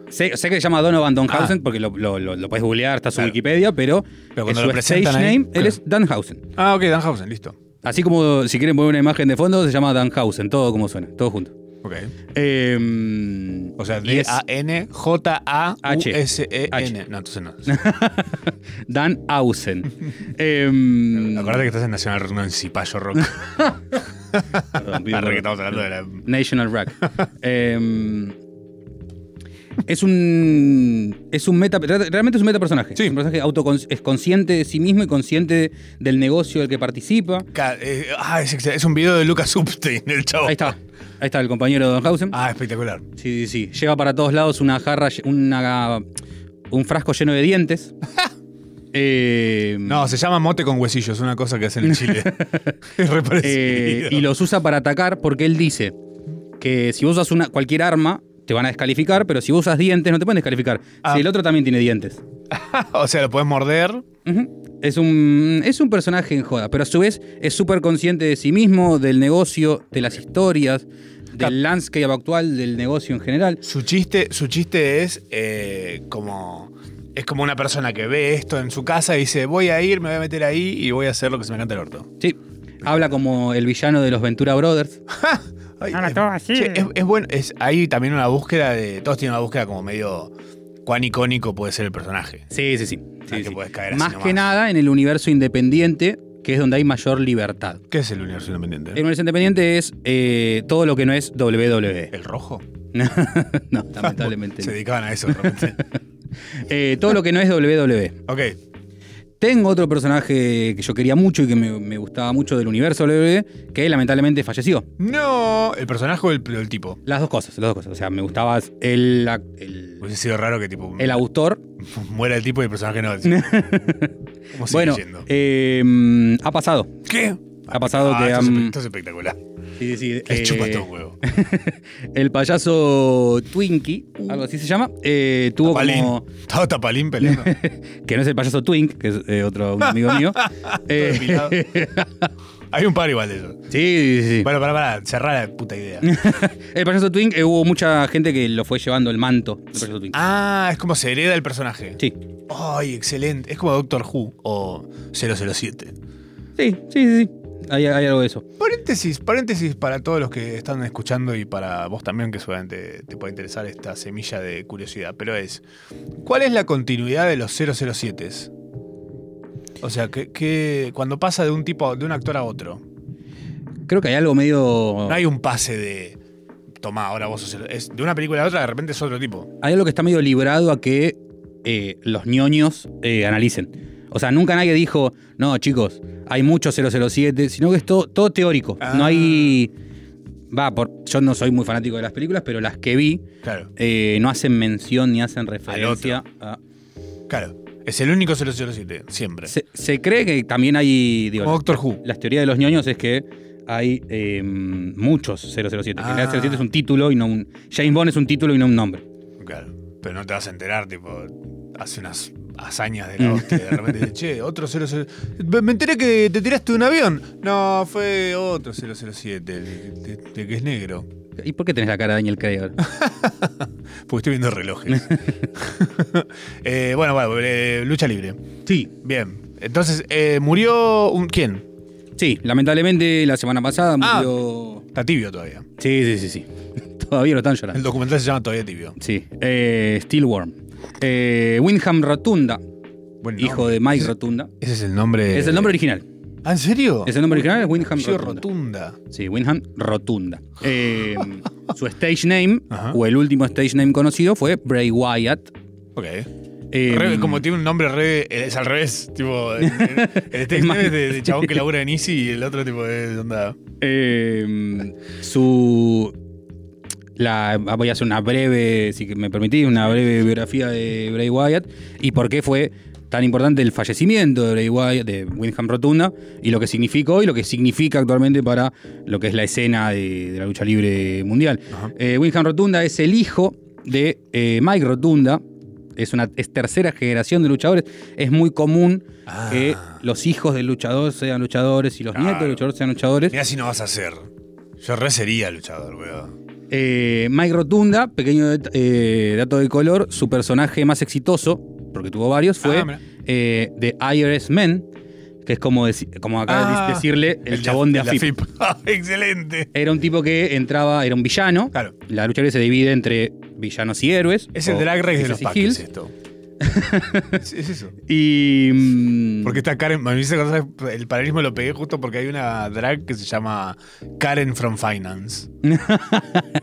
Speaker 3: sé, sé que se llama Donovan Donhausen
Speaker 2: Ah.
Speaker 3: porque lo, lo, lo- lo puedes googlear, está su
Speaker 2: Claro.
Speaker 3: Wikipedia, pero,
Speaker 2: Pero
Speaker 3: en
Speaker 2: cuando
Speaker 3: su
Speaker 2: lo presentan
Speaker 3: stage
Speaker 2: ahí,
Speaker 3: name él
Speaker 2: claro.
Speaker 3: es Danhausen.
Speaker 2: Ah, ok, Danhausen, listo.
Speaker 3: Así como si quieren poner una imagen de fondo, se llama Danhausen, todo como suena, todo junto.
Speaker 2: Ok.
Speaker 3: Eh,
Speaker 2: Em, O sea,
Speaker 3: y es
Speaker 2: D-A-N-J-A-U-S-E-N.
Speaker 3: H.
Speaker 2: E No, entonces no.
Speaker 3: Danhausen. Eh,
Speaker 2: Acordate que estás en Nacional Rock, no en Cipallo Rock.
Speaker 3: perdón, pido
Speaker 2: Arre, que
Speaker 3: perdón.
Speaker 2: estamos hablando de la.
Speaker 3: National Rack. Em, es un. Es un meta. re- Realmente es un meta personaje.
Speaker 2: Sí.
Speaker 3: Es un personaje autocon, es consciente de sí mismo y consciente del negocio del que participa.
Speaker 2: Ca- eh, ah, es, excel- es un video de Lucas Upstein, el chavo.
Speaker 3: Ahí está. Ahí está el compañero de Donhausen.
Speaker 2: Ah, espectacular.
Speaker 3: Sí, sí, sí. Lleva para todos lados una jarra, lle- una, un frasco lleno de dientes. Em,
Speaker 2: No, se llama mote con huesillos, una cosa que hacen en Chile. es re
Speaker 3: Eh,
Speaker 2: parecido.
Speaker 3: y los usa para atacar porque él dice que si vos usas una, cualquier arma, te van a descalificar, pero si vos usas dientes, no te pueden descalificar.
Speaker 2: Ah.
Speaker 3: Si el otro también tiene dientes.
Speaker 2: o sea, lo podés morder.
Speaker 3: Ujú. es, un, es un personaje en joda, pero a su vez es súper consciente de sí mismo, del negocio, de las historias,
Speaker 2: Cap-
Speaker 3: del landscape actual, del negocio en general.
Speaker 2: Su chiste, su chiste es eh, como. Es como una persona que ve esto en su casa y dice: Voy a ir, me voy a meter ahí y voy a hacer lo que se me canta el orto.
Speaker 3: Sí, habla como el villano de los Ventura Brothers.
Speaker 2: Ay,
Speaker 4: Ahora
Speaker 2: es-
Speaker 4: todo así.
Speaker 2: che, es, es bueno. Es, hay también una búsqueda de. Todos tienen una búsqueda como medio. Cuán icónico puede ser el personaje.
Speaker 3: Sí, sí, sí. sí,
Speaker 2: Ah, que
Speaker 3: sí.
Speaker 2: podés caer así
Speaker 3: Más que
Speaker 2: nomás.
Speaker 3: nada en el universo independiente, que es donde hay mayor libertad.
Speaker 2: ¿Qué es el universo independiente?
Speaker 3: El universo independiente es eh, todo lo que no es WWE.
Speaker 2: ¿El rojo?
Speaker 3: no, lamentablemente.
Speaker 2: Se
Speaker 3: no.
Speaker 2: dedicaban a eso realmente.
Speaker 3: Eh, todo lo que no es WWE.
Speaker 2: ok.
Speaker 3: Tengo otro personaje que yo quería mucho y que me, me gustaba mucho del universo WWE, que lamentablemente falleció.
Speaker 2: No, el personaje o el, o el tipo.
Speaker 3: Las dos cosas, las dos cosas. O sea, me gustaba el, ac- el,
Speaker 2: Hubiese sido raro que tipo
Speaker 3: el autor.
Speaker 2: muera el tipo y el personaje no. ¿Cómo sigue
Speaker 3: Bueno,
Speaker 2: yendo?
Speaker 3: eh, ha pasado.
Speaker 2: ¿Qué?
Speaker 3: Ha pasado
Speaker 2: Ah,
Speaker 3: que
Speaker 2: esto,
Speaker 3: han-
Speaker 2: es, espe- esto es espectacular.
Speaker 3: Sí, sí, sí,
Speaker 2: Le
Speaker 3: eh,
Speaker 2: chupa todo un huevo.
Speaker 3: el payaso Twinkie, algo así se llama, eh, tuvo
Speaker 2: Tapalín.
Speaker 3: como...
Speaker 2: Todo tapalín peleando.
Speaker 3: Que no es el payaso Twink, que es eh, otro un amigo mío. Eh,
Speaker 2: depilado. Hay un par igual de eso.
Speaker 3: sí, sí, sí.
Speaker 2: Bueno, pará, pará, cerrar la puta idea.
Speaker 3: El payaso Twink eh, hubo mucha gente que lo fue llevando el manto del payaso Twink.
Speaker 2: Ah, es como se hereda el personaje.
Speaker 3: Sí.
Speaker 2: Ay, excelente. Es como Doctor Who o 007.
Speaker 3: Sí, sí, sí, sí. Hay, hay algo de eso.
Speaker 2: Paréntesis, paréntesis para todos los que están escuchando y para vos también, que seguramente te puede interesar esta semilla de curiosidad, pero es, ¿cuál es la continuidad de los 007? O sea, que, que cuando pasa de un tipo, de un actor a otro,
Speaker 3: Creo que hay algo medio.
Speaker 2: no hay un pase de, toma, ahora vos sos el-". es de una película a otra, de repente es otro tipo.
Speaker 3: Hay algo que está medio librado a que eh, los ñoños eh, analicen. O sea, nunca nadie dijo, no, chicos, hay mucho 007, sino que es todo, todo teórico.
Speaker 2: Ah.
Speaker 3: No hay. Va, por, yo no soy muy fanático de las películas, pero las que vi
Speaker 2: Claro,
Speaker 3: eh, no hacen mención ni hacen referencia a.
Speaker 2: claro. Es el único 007, siempre.
Speaker 3: Se, se cree que también hay. digo,
Speaker 2: Como Doctor Who.
Speaker 3: las teorías de los ñoños es que hay eh, muchos 007. En realidad,
Speaker 2: Ah.
Speaker 3: 007 es un título y no un. James Bond es un título y no un nombre.
Speaker 2: Claro, pero no te vas a enterar, tipo, hace unas hazañas
Speaker 3: Mm.
Speaker 2: de la hostia. De repente dice, che, otro 007. Me me enteré que te tiraste de un avión. No, fue otro 007, el, de- de que es negro.
Speaker 3: ¿Y por qué tenés la cara de Daniel Craig ahora?
Speaker 2: Porque estoy viendo relojes. Eh, bueno, bueno, eh, lucha libre.
Speaker 3: sí.
Speaker 2: Bien. Entonces, eh, murió un. ¿Quién?
Speaker 3: Sí, lamentablemente la semana pasada
Speaker 2: Ah.
Speaker 3: murió.
Speaker 2: Está tibio todavía.
Speaker 3: Sí, sí, sí, sí. Todavía lo están
Speaker 2: El
Speaker 3: llorando.
Speaker 2: documental se llama Todavía Tibio.
Speaker 3: Sí. Eh, Steelworm. Eh, Wyndham Rotunda,
Speaker 2: Buen
Speaker 3: hijo
Speaker 2: nombre.
Speaker 3: de Mike Rotunda.
Speaker 2: Ese es el nombre.
Speaker 3: Es el nombre original.
Speaker 2: ¿Ah, ¿En serio?
Speaker 3: Es el nombre original, es Wyndham
Speaker 2: Apellido
Speaker 3: Rotunda.
Speaker 2: Rotunda.
Speaker 3: Sí, Wyndham Rotunda. Eh, su stage name,
Speaker 2: Ajá.
Speaker 3: o el último stage name conocido, fue Bray Wyatt.
Speaker 2: Ok.
Speaker 3: Eh,
Speaker 2: Re- como tiene un nombre re, es al revés, tipo, el, el- el Steve
Speaker 3: Es más-
Speaker 2: Neve este es de, de chabón que labura en Easy y el otro tipo es onda.
Speaker 3: eh, su. Em, la, voy a hacer una breve, si me permitís, una breve biografía de Bray Wyatt y por qué fue tan importante el fallecimiento de Bray Wyatt, de Wyndham Rotunda, y lo que significó y lo que significa actualmente para lo que es la escena de, de la lucha libre mundial. Eh, Wyndham Rotunda es el hijo de eh, Mike Rotunda, es una es tercera generación de luchadores. Es muy común que los hijos del luchador sean luchadores y los nietos del luchador sean luchadores.
Speaker 2: Mirá si no vas a ser. Yo re sería luchador, weón.
Speaker 3: Eh, Mike Rotunda, pequeño det- eh, dato de color, su personaje más exitoso, porque tuvo varios, fue
Speaker 2: Ah, mirá.
Speaker 3: eh, de IRS Men, que es como, deci- como acá
Speaker 2: Ah,
Speaker 3: de- decirle el, chabón de
Speaker 2: la
Speaker 3: AFIP.
Speaker 2: AFIP. Ah, Excelente.
Speaker 3: Era un tipo que entraba, era un villano.
Speaker 2: Claro.
Speaker 3: La lucha libre se divide entre villanos y héroes.
Speaker 2: Es
Speaker 3: o
Speaker 2: el drag race de los
Speaker 3: heroes y
Speaker 2: paquis eh.
Speaker 3: heels.
Speaker 2: esto. es, es eso.
Speaker 3: Y. mm,
Speaker 2: Porque está Karen, me hice acordar, el paralelismo lo pegué justo porque hay una drag que se llama Karen from Finance.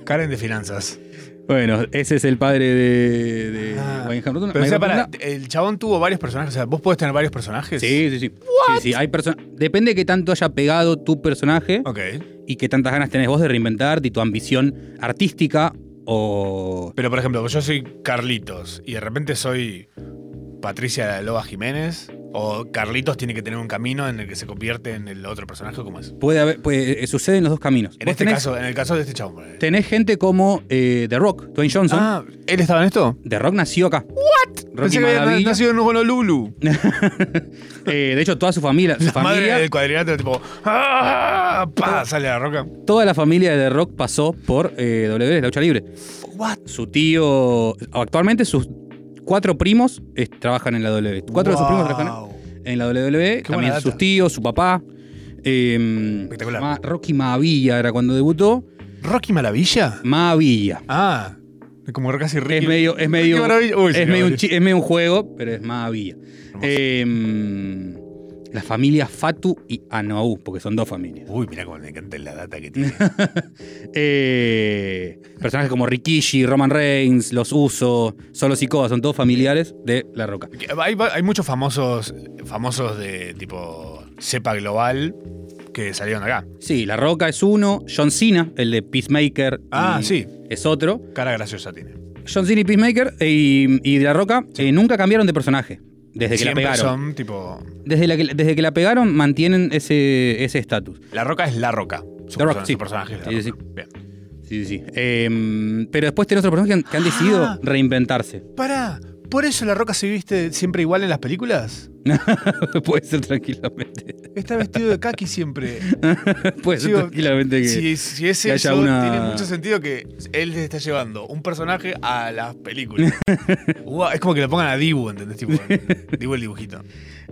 Speaker 2: Karen de finanzas.
Speaker 3: Bueno, ese es el padre de, de
Speaker 2: Ah.
Speaker 3: Wayne Hamilton.
Speaker 2: Pero o
Speaker 3: Mike
Speaker 2: sea, pará,
Speaker 3: Rotunda.
Speaker 2: el chabón tuvo varios personajes. O sea, vos podés tener varios personajes.
Speaker 3: Sí, sí, sí. Sí, sí, hay perso- Depende de qué tanto haya pegado tu personaje
Speaker 2: Ok.
Speaker 3: y qué tantas ganas tenés vos de reinventarte y tu ambición artística o...
Speaker 2: Pero por ejemplo, yo soy Carlitos y de repente soy Patricia Loba Jiménez. O Carlitos tiene que tener un camino en el que se convierte en el otro personaje, ¿cómo es?
Speaker 3: Puede haber, puede- eh, sucede en los dos caminos.
Speaker 2: En
Speaker 3: Vos
Speaker 2: este
Speaker 3: tenés,
Speaker 2: caso, en el caso de este chabón. ponele.
Speaker 3: Tenés gente como eh, The Rock, Dwayne Johnson.
Speaker 2: Ah, ¿él estaba en esto?
Speaker 3: The Rock nació acá. ¿What? Rocky
Speaker 2: Pensé que había
Speaker 3: Maravilla.
Speaker 2: nacido en Honolulu.
Speaker 3: Eh, de hecho, toda su familia, su
Speaker 2: La madre
Speaker 3: familia
Speaker 2: del cuadrilátero, tipo. ¡Ah! ¡Pa! Sale la roca.
Speaker 3: toda la familia de The Rock pasó por eh, WWE, la lucha libre.
Speaker 2: ¿What?
Speaker 3: Su tío, actualmente sus cuatro primos eh, trabajan en la WWE. Cuatro de sus primos trabajan en la WWE.
Speaker 2: buena
Speaker 3: también
Speaker 2: data.
Speaker 3: sus tíos, su papá. eh,
Speaker 2: Espectacular.
Speaker 3: Ma- Rocky Maavilla era cuando debutó.
Speaker 2: ¿Rocky Maravilla?
Speaker 3: Maavilla.
Speaker 2: Ah, como casi Ricky.
Speaker 3: Es medio, es
Speaker 2: Qué
Speaker 3: medio,
Speaker 2: maravilla. Uy,
Speaker 3: es,
Speaker 2: sí,
Speaker 3: medio un,
Speaker 2: maravilla.
Speaker 3: chi- es medio un juego, pero es Maavilla. Eh, la familia Fatu y Anoaú, porque son dos familias.
Speaker 2: Uy, mira cómo me encanta la data que tiene.
Speaker 3: Eh, personajes como Rikishi, Roman Reigns, Los Uso, Solos y Codas, son todos familiares de La Roca.
Speaker 2: Que hay, hay muchos famosos famosos de tipo cepa global que salieron acá.
Speaker 3: Sí, La Roca es uno, John Cena, el de Peacemaker,
Speaker 2: Ah,
Speaker 3: y-
Speaker 2: sí.
Speaker 3: es otro.
Speaker 2: Cara graciosa tiene.
Speaker 3: John Cena y Peacemaker eh, y, y de La Roca eh, nunca cambiaron de personaje desde que la
Speaker 2: Siempre
Speaker 3: pegaron.
Speaker 2: son tipo.
Speaker 3: Desde, la que, desde que la pegaron mantienen ese ese estatus.
Speaker 2: La roca es la roca. Su,
Speaker 3: The Rock,
Speaker 2: persona-
Speaker 3: sí.
Speaker 2: su personaje es la
Speaker 3: Sí, sí,
Speaker 2: roca. Bien.
Speaker 3: sí, sí, sí. Eh, pero después tiene otros personajes que han, que han decidido
Speaker 2: Ah.
Speaker 3: reinventarse.
Speaker 2: Pará, ¿por eso la roca se viste siempre igual en las películas?
Speaker 3: Puede ser tranquilamente.
Speaker 2: Está vestido de kaki siempre.
Speaker 3: Puede ser
Speaker 2: Digo,
Speaker 3: tranquilamente que...
Speaker 2: Si, si es
Speaker 3: que haya
Speaker 2: eso,
Speaker 3: una-
Speaker 2: tiene mucho sentido que él le está llevando un personaje a las películas. Guau, es como que le pongan a Dibu, ¿entendés? Tipo, Dibu el dibujito.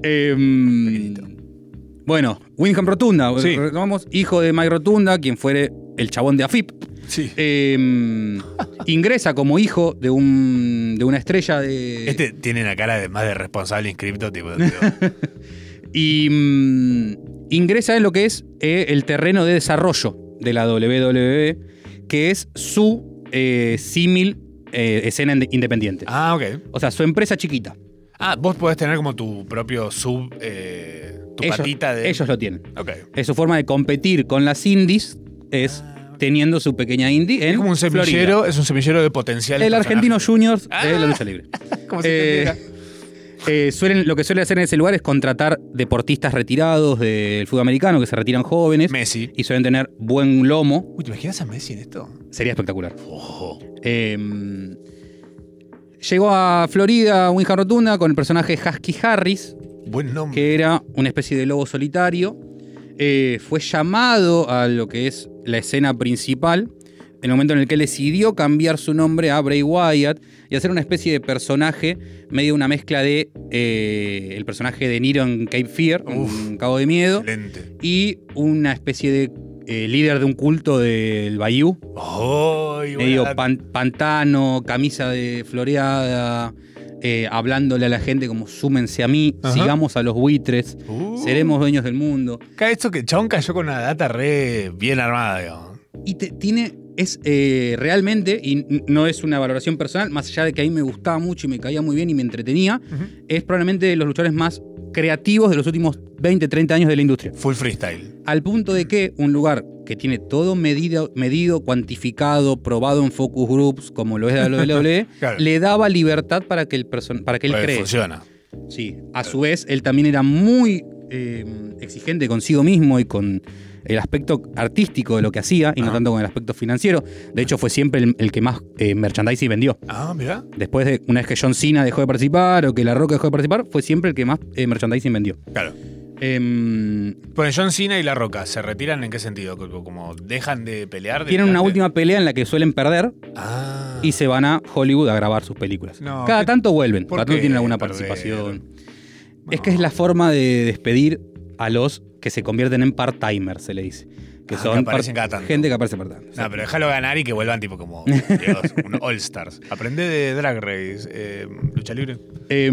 Speaker 3: Eh,
Speaker 2: Pequeñito.
Speaker 3: bueno, Winham Rotunda,
Speaker 2: Sí.
Speaker 3: retomamos, hijo de Mike Rotunda, quien fuere el chabón de AFIP.
Speaker 2: Sí.
Speaker 3: Eh, ingresa como hijo de, un, de una estrella de.
Speaker 2: Este tiene una cara de más de responsable inscripto, tipo. digo,
Speaker 3: Y mm, ingresa en lo que es eh, el terreno de desarrollo de la WWE, que es su eh, símil eh, escena inde- independiente.
Speaker 2: ah, ok.
Speaker 3: O sea, su empresa chiquita.
Speaker 2: Ah, vos podés tener como tu propio sub. eh, tu
Speaker 3: ellos,
Speaker 2: patita de.
Speaker 3: ellos lo tienen.
Speaker 2: Ok.
Speaker 3: Es su forma de competir con las indies, es teniendo su pequeña indie en
Speaker 2: Es como un
Speaker 3: Florida.
Speaker 2: semillero, es un semillero de potencial.
Speaker 3: El argentino juniors de la lucha libre.
Speaker 2: Como
Speaker 3: Eh,
Speaker 2: se
Speaker 3: eh, suelen, lo que suele hacer en ese lugar es contratar deportistas retirados del fútbol americano que se retiran jóvenes
Speaker 2: Messi.
Speaker 3: y suelen tener buen lomo.
Speaker 2: Uy, ¿te imaginas a Messi en esto?
Speaker 3: Sería espectacular.
Speaker 2: Ojo.
Speaker 3: Eh, llegó a Florida Winja Rotunda con el personaje Husky Harris,
Speaker 2: Buen nombre.
Speaker 3: que era una especie de lobo solitario. Eh, fue llamado a lo que es la escena principal, en el momento en el que decidió cambiar su nombre a Bray Wyatt y hacer una especie de personaje, medio una mezcla de eh, el personaje de Nero en Cape Fear, un cabo de miedo,
Speaker 2: Excelente.
Speaker 3: y una especie de eh, líder de un culto del Bayou,
Speaker 2: Ay, buena
Speaker 3: medio
Speaker 2: data.
Speaker 3: pan- pantano, camisa de floreada, eh, hablándole a la gente como súmense a mí,
Speaker 2: Ajá.
Speaker 3: sigamos a los buitres,
Speaker 2: Uh.
Speaker 3: seremos dueños del mundo.
Speaker 2: Acá esto que Chabón cayó con una data re bien armada, digamos.
Speaker 3: Y te- tiene, es eh, realmente, y n- no es una valoración personal, más allá de que a mí me gustaba mucho y me caía muy bien y me entretenía, es probablemente de los luchadores más creativos de los últimos 20, 30 años de la industria.
Speaker 4: Full freestyle.
Speaker 3: Al punto de que un lugar que tiene todo medido, medido cuantificado, probado en focus groups, como lo es la WWE,
Speaker 4: Claro.
Speaker 3: le daba libertad para que, el person- para que él
Speaker 4: Pues
Speaker 3: cree.
Speaker 4: Funciona.
Speaker 3: Sí, a su vez, él también era muy eh, exigente consigo mismo y con el aspecto artístico de lo que hacía y no
Speaker 4: Ajá.
Speaker 3: tanto con el aspecto financiero. De hecho, fue siempre el, el que más eh, merchandising vendió.
Speaker 4: Ah, mirá.
Speaker 3: Después de una vez que John Cena dejó de participar o que La Roca dejó de participar, fue siempre el que más eh, merchandising vendió.
Speaker 4: Claro.
Speaker 3: Em,
Speaker 4: Bueno, John Cena y La Roca, ¿se retiran en qué sentido? Como- Como dejan de pelear. de-
Speaker 3: tienen una última pelea en la que suelen perder
Speaker 4: Ah.
Speaker 3: y se van a Hollywood a grabar sus películas.
Speaker 2: No,
Speaker 3: Cada
Speaker 2: ¿qué-
Speaker 3: tanto vuelven,
Speaker 2: por
Speaker 3: cada tanto
Speaker 2: qué
Speaker 3: tienen alguna
Speaker 4: perdieron?
Speaker 3: participación. Es que es la forma de despedir a los que se convierten en part-timers, se le dice. Que
Speaker 4: Ah,
Speaker 3: son
Speaker 4: que aparecen
Speaker 3: part-
Speaker 4: cada tanto.
Speaker 3: gente que aparece part time.
Speaker 4: No, pero déjalo ganar y que vuelvan tipo como Dios, un All Stars.
Speaker 2: Aprende de Drag Race, eh, lucha libre.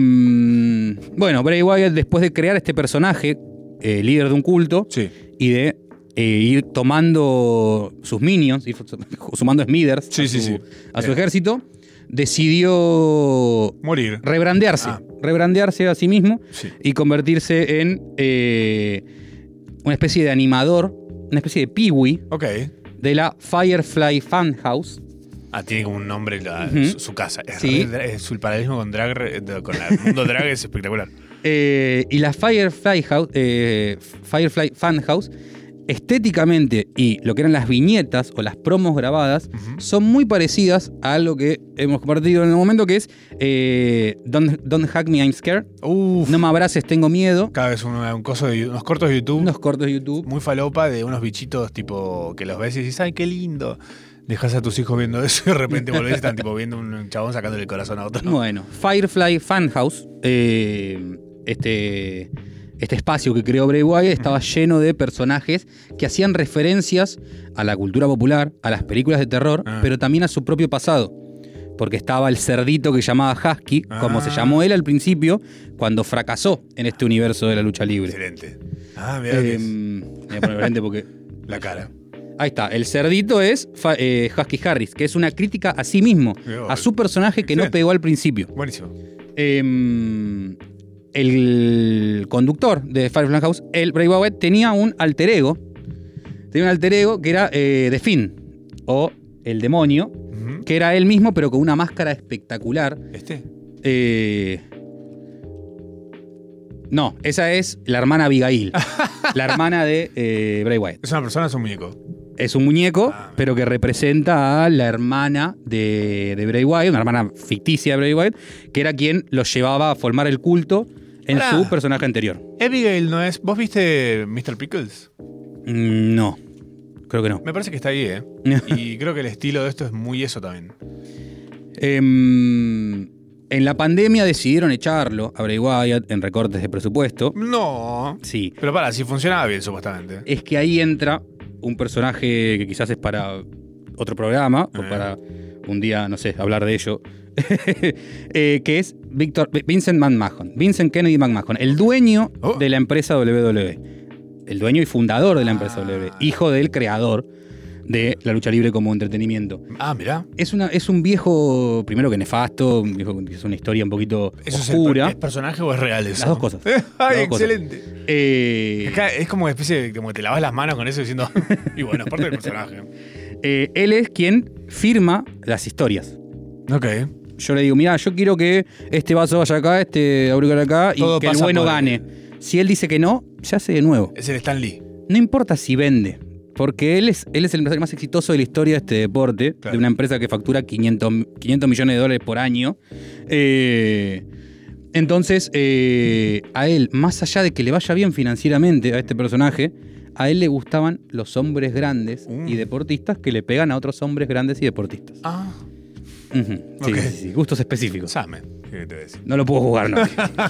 Speaker 3: Em, bueno, Bray Wyatt, después de crear este personaje, eh, líder de un culto,
Speaker 2: Sí.
Speaker 3: y de eh, ir tomando sus minions, ir sumando Smithers
Speaker 2: Sí,
Speaker 3: a,
Speaker 2: sí,
Speaker 3: su,
Speaker 2: sí.
Speaker 3: a su ejército, decidió
Speaker 2: Morir.
Speaker 3: rebrandearse,
Speaker 2: Ah.
Speaker 3: rebrandearse a sí mismo
Speaker 2: Sí.
Speaker 3: y convertirse en eh, una especie de animador, una especie de piwi
Speaker 2: Ok.
Speaker 3: de la Firefly Fan House.
Speaker 4: Ah, tiene como un nombre la-
Speaker 3: Ujú.
Speaker 4: su, su casa. Es
Speaker 3: Sí.
Speaker 4: re- es- el paralelismo con Drag re- de- con el mundo drag es espectacular.
Speaker 3: Eh, y la Firefly, House, eh, Firefly Fan House, estéticamente y lo que eran las viñetas o las promos grabadas, son muy parecidas a algo que hemos compartido en el momento, que es eh, don't, don't Hack Me, I'm Scared.
Speaker 2: Uf.
Speaker 3: No me abraces, tengo miedo.
Speaker 2: Cada vez un, un coso de, unos cortos de YouTube
Speaker 3: Unos cortos de YouTube.
Speaker 2: muy falopa de unos bichitos tipo que los ves y dices, ay, qué lindo. Dejas a tus hijos viendo eso y de repente volvés y están tipo viendo un chabón sacándole el corazón a otro.
Speaker 3: Bueno, Firefly Funhouse, eh, este, este espacio que creó Bray Wyatt estaba lleno de personajes que hacían referencias a la cultura popular, a las películas de terror,
Speaker 2: Ah.
Speaker 3: pero también a su propio pasado. Porque estaba el cerdito que llamaba Husky, como se
Speaker 2: Ah.
Speaker 3: llamó él al principio, cuando fracasó en este universo de la lucha libre.
Speaker 2: Excelente. Ah, mira
Speaker 3: Eh, voy a poner frente porque.
Speaker 2: la cara.
Speaker 3: Ahí está, el cerdito es fa- eh, Husky Harris, que es una crítica a sí mismo,
Speaker 2: Mirá vos.
Speaker 3: a su personaje que no
Speaker 2: Excelente.
Speaker 3: pegó al principio.
Speaker 2: Buenísimo.
Speaker 3: Em, el conductor de Firefly House, el Bray Wyatt, tenía un alter ego. Tenía un alter ego que era eh, The Finn, o el demonio,
Speaker 2: Ujú.
Speaker 3: que era él mismo, pero con una máscara espectacular.
Speaker 2: ¿Este?
Speaker 3: Eh, no, esa es la hermana Abigail, la hermana de eh, Bray Wyatt.
Speaker 2: ¿Es una persona o es un muñeco?
Speaker 3: Es un muñeco,
Speaker 2: Ah,
Speaker 3: pero que representa a la hermana de, de Bray Wyatt, una hermana ficticia de Bray Wyatt, que era quien los llevaba a formar el culto en
Speaker 2: Pará.
Speaker 3: su personaje anterior.
Speaker 2: Abigail no es. ¿Vos viste Mr. Pickles?
Speaker 3: Mm, No, creo que no.
Speaker 2: Me parece que está ahí, ¿eh? Y creo que el estilo de esto es muy eso también.
Speaker 3: Em, en la pandemia decidieron echarlo a Bray Wyatt en recortes de presupuesto.
Speaker 2: No.
Speaker 3: Sí,
Speaker 2: Pero para, si funcionaba bien, supuestamente.
Speaker 3: es que ahí entra un personaje que quizás es para otro programa, o
Speaker 2: Ah.
Speaker 3: para un día, no sé, hablar de ello, eh, que es Victor, Vincent McMahon, Vincent Kennedy McMahon, el dueño
Speaker 2: Oh.
Speaker 3: de la empresa WWE, el dueño y fundador de la empresa
Speaker 2: Ah.
Speaker 3: WWE, hijo del creador de la lucha libre como entretenimiento.
Speaker 2: Ah, mirá.
Speaker 3: Es, una, es un viejo, primero que nefasto, un viejo que es una historia un poquito
Speaker 2: ¿Eso es, el,
Speaker 3: oscura.
Speaker 2: ¿Es personaje o es real eso?
Speaker 3: Las dos cosas.
Speaker 2: Ay,
Speaker 3: Las dos cosas.
Speaker 2: excelente.
Speaker 3: Eh,
Speaker 2: Acá es como una especie de como que te lavas las manos con eso diciendo. y bueno, es parte del personaje.
Speaker 3: eh, él es quien firma las historias.
Speaker 2: Ok.
Speaker 3: yo le digo, mira, yo quiero que este vaso vaya acá, este auricular acá y
Speaker 2: Todo
Speaker 3: que el
Speaker 2: pasa
Speaker 3: bueno
Speaker 2: por-
Speaker 3: gane. Si él dice que no, se hace de nuevo.
Speaker 2: Es el Stan Lee.
Speaker 3: No importa si vende, porque él es, él es el empresario más exitoso de la historia de este deporte,
Speaker 2: Claro.
Speaker 3: de una empresa que factura 500, 500 millones de dólares por año. Eh, entonces, eh, a él, más allá de que le vaya bien financieramente a este personaje, a él le gustaban los hombres grandes
Speaker 2: Mm.
Speaker 3: y deportistas que le pegan a otros hombres grandes y deportistas.
Speaker 2: Ah.
Speaker 3: Ujú, sí,
Speaker 2: Ok.
Speaker 3: sí, sí, gustos específicos.
Speaker 2: Same. ¿Qué te voy a decir?
Speaker 3: No lo puedo jugar, ¿no?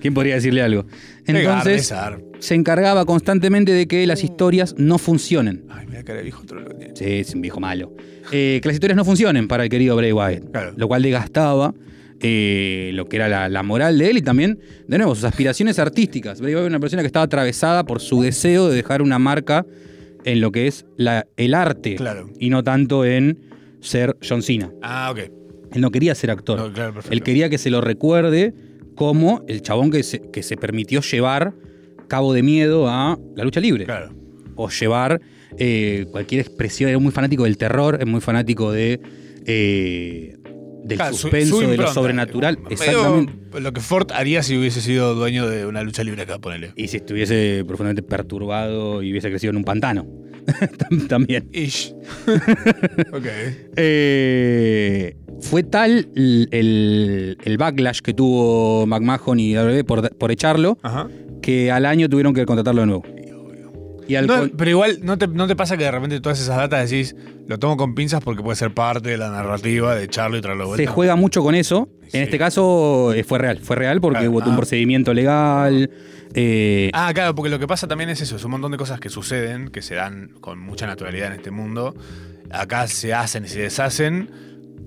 Speaker 3: ¿Quién podría decirle algo? Entonces,
Speaker 2: Pegar, besar.
Speaker 3: se encargaba constantemente de que las historias no funcionen.
Speaker 2: Ay, mira cara de viejo trolo que tiene.
Speaker 3: Sí, es un viejo malo. Eh, que las historias no funcionen para el querido Bray Wyatt.
Speaker 2: Claro.
Speaker 3: Lo cual desgastaba eh, lo que era la, la moral de él y también, de nuevo, sus aspiraciones artísticas. Bray Wyatt era una persona que estaba atravesada por su deseo de dejar una marca en lo que es la- el arte
Speaker 2: Claro.
Speaker 3: y no tanto en ser John Cena.
Speaker 2: Ah, ok.
Speaker 3: Él no quería ser actor.
Speaker 2: No, claro, perfecto.
Speaker 3: Él quería que se lo recuerde como el chabón que se, que se permitió llevar Cabo de Miedo a la lucha libre.
Speaker 2: Claro.
Speaker 3: O llevar eh, cualquier expresión. Era muy fanático del terror, es muy fanático de. eh, del
Speaker 2: Claro, su-
Speaker 3: suspenso,
Speaker 2: su
Speaker 3: de lo
Speaker 2: impronta.
Speaker 3: sobrenatural.
Speaker 2: Medio
Speaker 3: Exactamente.
Speaker 2: Lo que Ford haría si hubiese sido dueño de una lucha libre acá, ponele.
Speaker 3: Y si estuviese profundamente perturbado y hubiese crecido en un pantano. Tam- También.
Speaker 2: Ish. ok.
Speaker 3: Eh, fue tal l- el, el backlash que tuvo McMahon y WWE por, por echarlo
Speaker 2: Ajá.
Speaker 3: que al año tuvieron que contratarlo de nuevo. Y al
Speaker 2: No,
Speaker 3: con-
Speaker 2: pero igual, ¿no te, ¿no te pasa que de repente todas esas datas decís, lo tomo con pinzas porque puede ser parte de la narrativa de echarlo y traerlo de vuelta?
Speaker 3: se juega mucho con eso.
Speaker 2: Sí.
Speaker 3: En este caso eh, fue real, fue real porque
Speaker 2: Claro.
Speaker 3: hubo todo
Speaker 2: Ah.
Speaker 3: un procedimiento legal. eh,
Speaker 2: Ah, claro, porque lo que pasa también es eso, es un montón de cosas que suceden, que se dan con mucha naturalidad en este mundo. Acá se hacen y se deshacen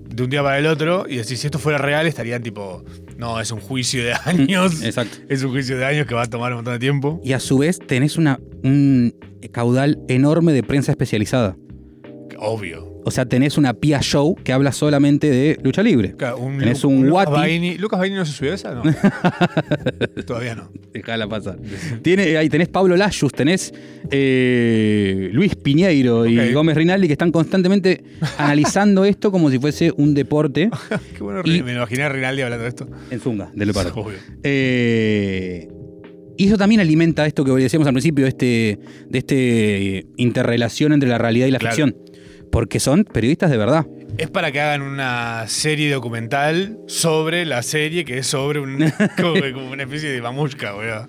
Speaker 2: de un día para el otro, y decís, si esto fuera real, estarían tipo, no, es un juicio de años.
Speaker 3: Exacto.
Speaker 2: Es un juicio de años que va a tomar un montón de tiempo.
Speaker 3: Y a su vez tenés una, un caudal enorme de prensa especializada.
Speaker 2: Obvio.
Speaker 3: O sea, tenés una PIA Show que habla solamente de lucha libre.
Speaker 2: Claro, un
Speaker 3: Tenés
Speaker 2: Lu-
Speaker 3: un
Speaker 2: Lucas
Speaker 3: Guati.
Speaker 2: Baini- ¿Lucas Baini no se subió a esa? No. Todavía no.
Speaker 3: Dejala pasar. Tiene, ahí tenés Pablo Layus, tenés eh, Luis Piñeiro
Speaker 2: Ok.
Speaker 3: y Gómez Rinaldi que están constantemente analizando esto como si fuese un deporte
Speaker 2: Qué bueno,
Speaker 3: Y-
Speaker 2: me lo imaginé a Rinaldi hablando de esto.
Speaker 3: en Zunga, de Leopardo.
Speaker 2: Obvio.
Speaker 3: Eh, y eso también alimenta esto que decíamos al principio, este, de este eh, interrelación entre la realidad y la
Speaker 2: Claro.
Speaker 3: ficción. Porque son periodistas de verdad.
Speaker 2: Es para que hagan una serie documental sobre la serie que es sobre un, como, como una especie de mamushka, boludo.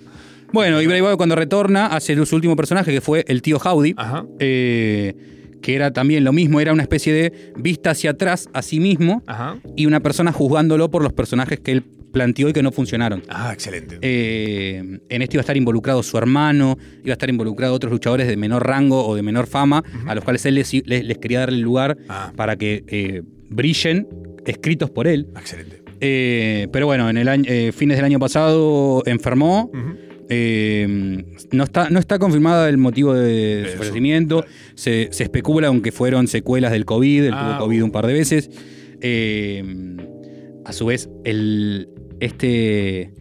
Speaker 3: Bueno, y Bray Wyatt cuando retorna hace su último personaje, que fue el tío Howdy,
Speaker 2: Ajá.
Speaker 3: eh, que era también lo mismo, era una especie de vista hacia atrás a sí mismo
Speaker 2: Ajá.
Speaker 3: y una persona juzgándolo por los personajes que él planteó y que no funcionaron.
Speaker 2: Ah, excelente.
Speaker 3: Eh, en esto iba a estar involucrado su hermano, iba a estar involucrado otros luchadores de menor rango o de menor fama, a los cuales él les, les- les quería darle el lugar
Speaker 2: Ah.
Speaker 3: para que eh, brillen, escritos por él.
Speaker 2: excelente.
Speaker 3: Eh, pero bueno, en el año, eh, fines del año pasado enfermó. Eh, no, está, no está confirmada el motivo de
Speaker 2: Eso,
Speaker 3: su fallecimiento. Se, se especula, aunque fueron secuelas del COVID, él
Speaker 2: Ah,
Speaker 3: tuvo COVID un par de veces. Eh, a su vez, el, este.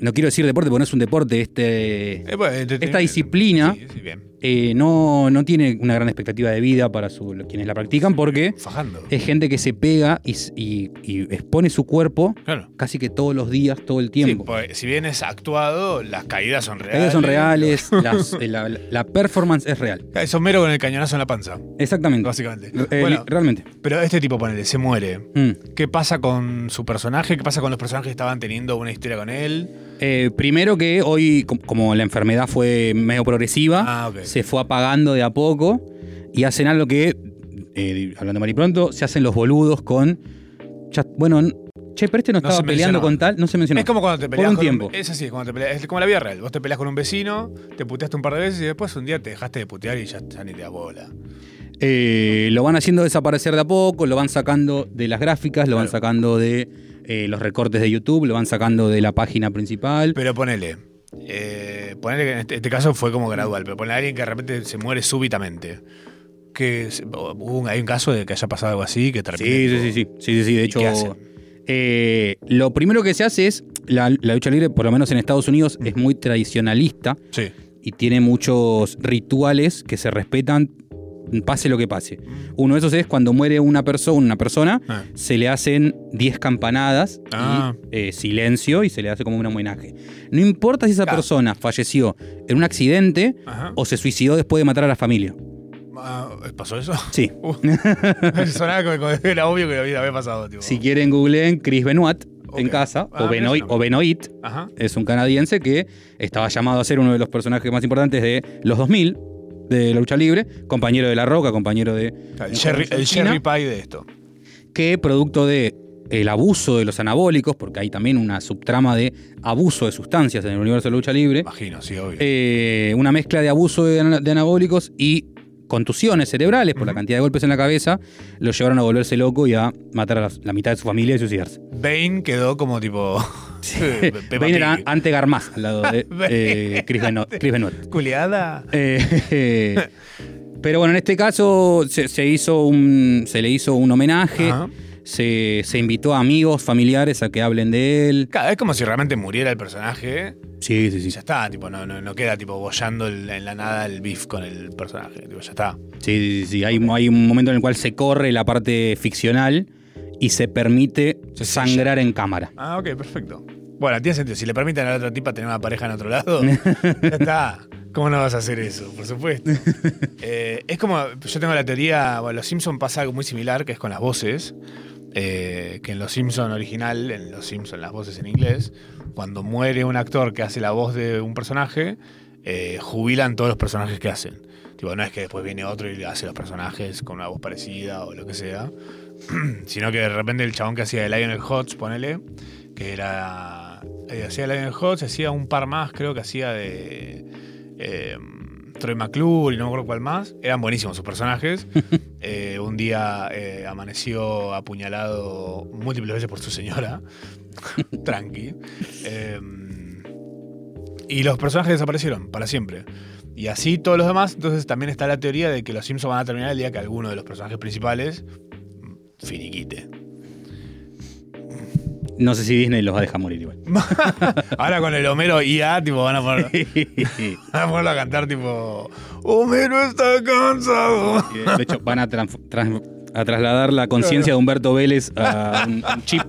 Speaker 3: No quiero decir deporte porque no es un deporte. Este,
Speaker 2: Eh, bueno, eh, te-
Speaker 3: esta
Speaker 2: te-
Speaker 3: disciplina
Speaker 2: Sí, sí, bien.
Speaker 3: eh, no, no tiene una gran expectativa de vida para su- quienes la practican porque
Speaker 2: Fajando.
Speaker 3: es gente que se pega y, s- y- y expone su cuerpo
Speaker 2: Claro.
Speaker 3: casi que todos los días, todo el
Speaker 2: Sí,
Speaker 3: tiempo.
Speaker 2: porque si bien es actuado, las caídas son
Speaker 3: Las
Speaker 2: reales.
Speaker 3: caídas son reales, las- eh, la, la performance es real.
Speaker 2: Es Homero con el cañonazo en la panza,
Speaker 3: Exactamente.
Speaker 2: básicamente.
Speaker 3: Eh,
Speaker 2: bueno,
Speaker 3: li- realmente.
Speaker 2: pero este tipo, ponele, se muere.
Speaker 3: Mm.
Speaker 2: ¿Qué pasa con su personaje? ¿Qué pasa con los personajes que estaban teniendo una historia con él?
Speaker 3: Eh, primero que hoy, com- como la enfermedad fue medio progresiva,
Speaker 2: Ah, ok.
Speaker 3: se fue apagando de a poco y hacen algo que, eh, hablando mal y pronto, se hacen los boludos con. ya- bueno, n- che, pero este no
Speaker 2: No
Speaker 3: estaba
Speaker 2: se
Speaker 3: peleando
Speaker 2: mencionó.
Speaker 3: con tal, no se mencionó.
Speaker 2: Es como cuando te peleas
Speaker 3: Por un
Speaker 2: con
Speaker 3: tiempo.
Speaker 2: es así, cuando te peleas, es como la vida real. Vos te peleas con un vecino, te puteaste un par de veces y después un día te dejaste de putear y ya, ya ni te da bola.
Speaker 3: Eh, lo van haciendo desaparecer de a poco, lo van sacando de las gráficas, lo van sacando de eh, los recortes de YouTube, lo van sacando de la página principal.
Speaker 2: Pero ponele. eh, ponele que en este, este caso fue como gradual, pero ponele a alguien que de repente se muere súbitamente. Que se- hubo un- hay un caso de que haya pasado algo así que termine.
Speaker 3: Sí, sí,
Speaker 2: tipo,
Speaker 3: sí, sí, sí, sí, sí, de
Speaker 2: ¿Y
Speaker 3: hecho.
Speaker 2: qué hacen?
Speaker 3: eh, lo primero que se hace es, la, la lucha libre, por lo menos en Estados Unidos, es muy tradicionalista
Speaker 2: sí.
Speaker 3: y tiene muchos rituales que se respetan, pase lo que pase. Uno de esos es cuando muere una persona, una persona,
Speaker 2: Ah.
Speaker 3: se le hacen 10 campanadas
Speaker 2: Ah.
Speaker 3: y eh, silencio y se le hace como un homenaje. No importa si esa
Speaker 2: Claro.
Speaker 3: persona falleció en un accidente
Speaker 2: Ajá.
Speaker 3: o se suicidó después de matar a la familia.
Speaker 2: Ah, ¿Pasó eso?
Speaker 3: Sí.
Speaker 2: Uh, sonaba como, como- era obvio que lo había había pasado. Tipo.
Speaker 3: Si quieren googleen Chris Benoit en
Speaker 2: Ok.
Speaker 3: casa
Speaker 2: Ah,
Speaker 3: o,
Speaker 2: mira ese
Speaker 3: Benoit,
Speaker 2: nombre.
Speaker 3: o Benoit,
Speaker 2: Ajá.
Speaker 3: es un canadiense que estaba llamado a ser uno de los personajes más importantes de los 2000 de la lucha libre, compañero de La Roca, compañero de...
Speaker 2: El Jerry, el
Speaker 3: Argentina,
Speaker 2: Jerry Pie Eh, de esto.
Speaker 3: que producto de el abuso de los anabólicos, porque hay también una subtrama de abuso de sustancias en el universo de la lucha libre,
Speaker 2: Imagino, sí, obvio.
Speaker 3: eh, una mezcla de abuso de, ana- de anabólicos y contusiones cerebrales por la cantidad de golpes en la cabeza, lo llevaron a volverse loco y a matar a la, la mitad de su familia y suicidarse.
Speaker 2: Bane quedó como tipo. Peppa
Speaker 3: Bane era
Speaker 2: Pig.
Speaker 3: ante Garmaz al lado de eh, Chris Beno- Chris Benoit.
Speaker 2: Culeada.
Speaker 3: Eh, pero bueno, en este caso se, se hizo un, se le hizo un homenaje.
Speaker 2: Ajá.
Speaker 3: se, se invitó a amigos, familiares a que hablen de él.
Speaker 2: Claro, es como si realmente muriera el personaje
Speaker 3: Sí, sí,
Speaker 2: y
Speaker 3: sí.
Speaker 2: ya está, tipo, no, no, no queda tipo bollando el- en la nada el beef con el personaje, tipo, ya está.
Speaker 3: Sí, sí, sí. Hay, hay un momento en el cual se corre la parte ficcional y se permite sangrar en cámara.
Speaker 2: Ah, ok, perfecto. Bueno, tiene sentido. Si le permiten a la otra tipa tener una pareja en otro lado, ya está. ¿Cómo no vas a hacer eso? Por supuesto. Eh, es como, yo tengo la teoría, bueno, los Simpson pasa algo muy similar, que es con las voces, eh, que en los Simpson original, en los Simpson las voces en inglés, cuando muere un actor que hace la voz de un personaje, eh, jubilan todos los personajes que hacen. Tipo, no es que después viene otro y le hace los personajes con una voz parecida o lo que sea, sino que de repente el chabón que hacía de Lionel Hutz, ponele, que era. eh, hacía Lionel Hutz, hacía un par más, creo que hacía de. eh, Troy McClure y no me acuerdo cuál más. Eran buenísimos sus personajes. Eh, un día eh, amaneció apuñalado múltiples veces por su señora. Tranqui. Eh, y los personajes desaparecieron para siempre. Y así todos los demás. Entonces también está la teoría de que los Simpsons van a terminar el día que alguno de los personajes principales finiquite.
Speaker 3: No sé si Disney los deja morir igual.
Speaker 2: Ahora con el Homero IA, tipo, van a poner-
Speaker 3: Eh,
Speaker 2: van a ponerlo a cantar, tipo, Homero está cansado.
Speaker 3: De hecho, van a, transf- trans- a trasladar la conciencia de Humberto Vélez a un, a un chip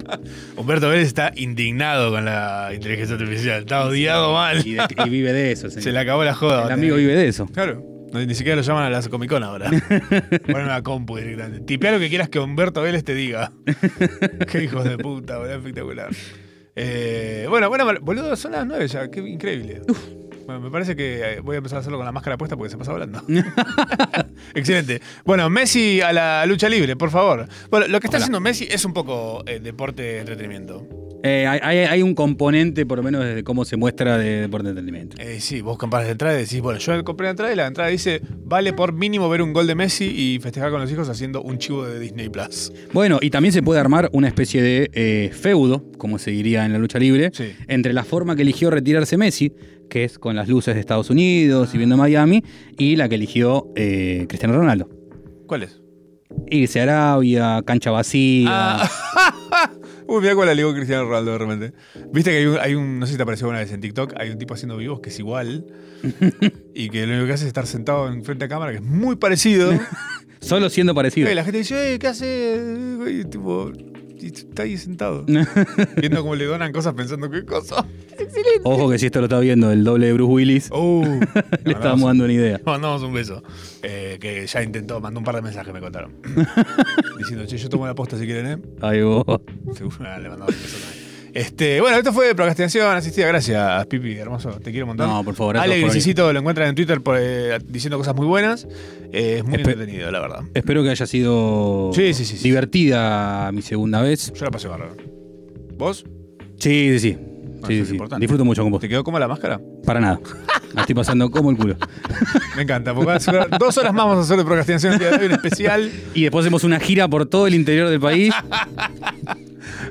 Speaker 2: Humberto Vélez está indignado con la inteligencia artificial, está odiado mal.
Speaker 3: y, de- y vive de eso. señor.
Speaker 2: Se le acabó la joda.
Speaker 3: El amigo vive de eso.
Speaker 2: Claro. No, Ni siquiera lo llaman a las Comic Con ahora. Ponen una compu directamente. Tipea lo que quieras que Humberto Vélez te diga. Qué hijos de puta, boludo, espectacular. Eh, bueno, bueno, boludo, son las nueve ya, qué increíble. Bueno, me parece que eh, voy a empezar a hacerlo con la máscara puesta porque se pasa volando. Excelente. Bueno, Messi a la lucha libre, por favor. Bueno, lo que está
Speaker 3: Ojalá.
Speaker 2: haciendo Messi es un poco eh, deporte entretenimiento.
Speaker 3: Eh, hay- hay, hay un componente, por lo menos, de cómo se muestra de deporte de entendimiento.
Speaker 2: Eh, sí, vos compras la entrada y decís, bueno, yo compré la entrada y la entrada dice, vale por mínimo ver un gol de Messi y festejar con los hijos haciendo un chivo de Disney Plus.
Speaker 3: Bueno, y también se puede armar una especie de eh, feudo, como se diría en la lucha libre,
Speaker 2: Sí.
Speaker 3: entre la forma que eligió retirarse Messi, que es con las luces de Estados Unidos y viendo Miami, y la que eligió eh, Cristiano Ronaldo.
Speaker 2: ¿Cuál es?
Speaker 3: Irse a Arabia, cancha vacía.
Speaker 2: Ah. Uy, mira cuál la ligó Cristiano Ronaldo de repente. Viste que hay un, hay un- no sé si te apareció alguna vez en TikTok, hay un tipo haciendo vivos que es igual y que lo único que hace es estar sentado enfrente a cámara, que es muy parecido.
Speaker 3: Solo siendo parecido.
Speaker 2: Y la gente dice, "Eh, ¿qué hace? Y tipo, y está ahí sentado. Viendo cómo le donan cosas pensando qué cosa.
Speaker 3: Ojo que si esto lo está viendo el doble de Bruce Willis,
Speaker 2: Uh,
Speaker 3: le
Speaker 2: no, no,
Speaker 3: estamos dando una idea.
Speaker 2: Le mandamos un beso. Eh, que ya intentó, mandó un par de mensajes, me contaron. Diciendo, che, yo tomo la posta si quieren, ¿eh?
Speaker 3: Ahí vos.
Speaker 2: Seguro ah, le mandamos un beso también. Este, bueno, esto fue Procrastinación Asistida. Gracias, Pipi, hermoso. Te quiero un montón.
Speaker 3: No, por favor, gracias
Speaker 2: Ale
Speaker 3: por venir.
Speaker 2: Grisicito lo encuentran en Twitter por, eh, diciendo cosas muy buenas. Eh, es muy
Speaker 3: Espe-
Speaker 2: entretenido, la verdad.
Speaker 3: Espero que haya sido
Speaker 2: Sí, sí, sí, sí.
Speaker 3: divertida mi segunda vez.
Speaker 2: Yo la pasé bárbaro. ¿Vos?
Speaker 3: Sí, sí, sí. Sí,
Speaker 2: eso es
Speaker 3: sí.
Speaker 2: importante.
Speaker 3: Disfruto mucho con vos.
Speaker 2: ¿Te quedó como la máscara?
Speaker 3: Para nada. La estoy pasando como el culo.
Speaker 2: Me encanta, porque va a ser- dos horas más vamos a hacer de procrastinación el día de hoy, un especial.
Speaker 3: Y después hacemos una gira por todo el interior del país.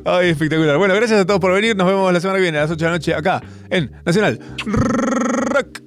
Speaker 2: Ay, espectacular. Bueno, gracias a todos por venir. Nos vemos la semana que viene a las 8 de la noche acá en Nacional Rock.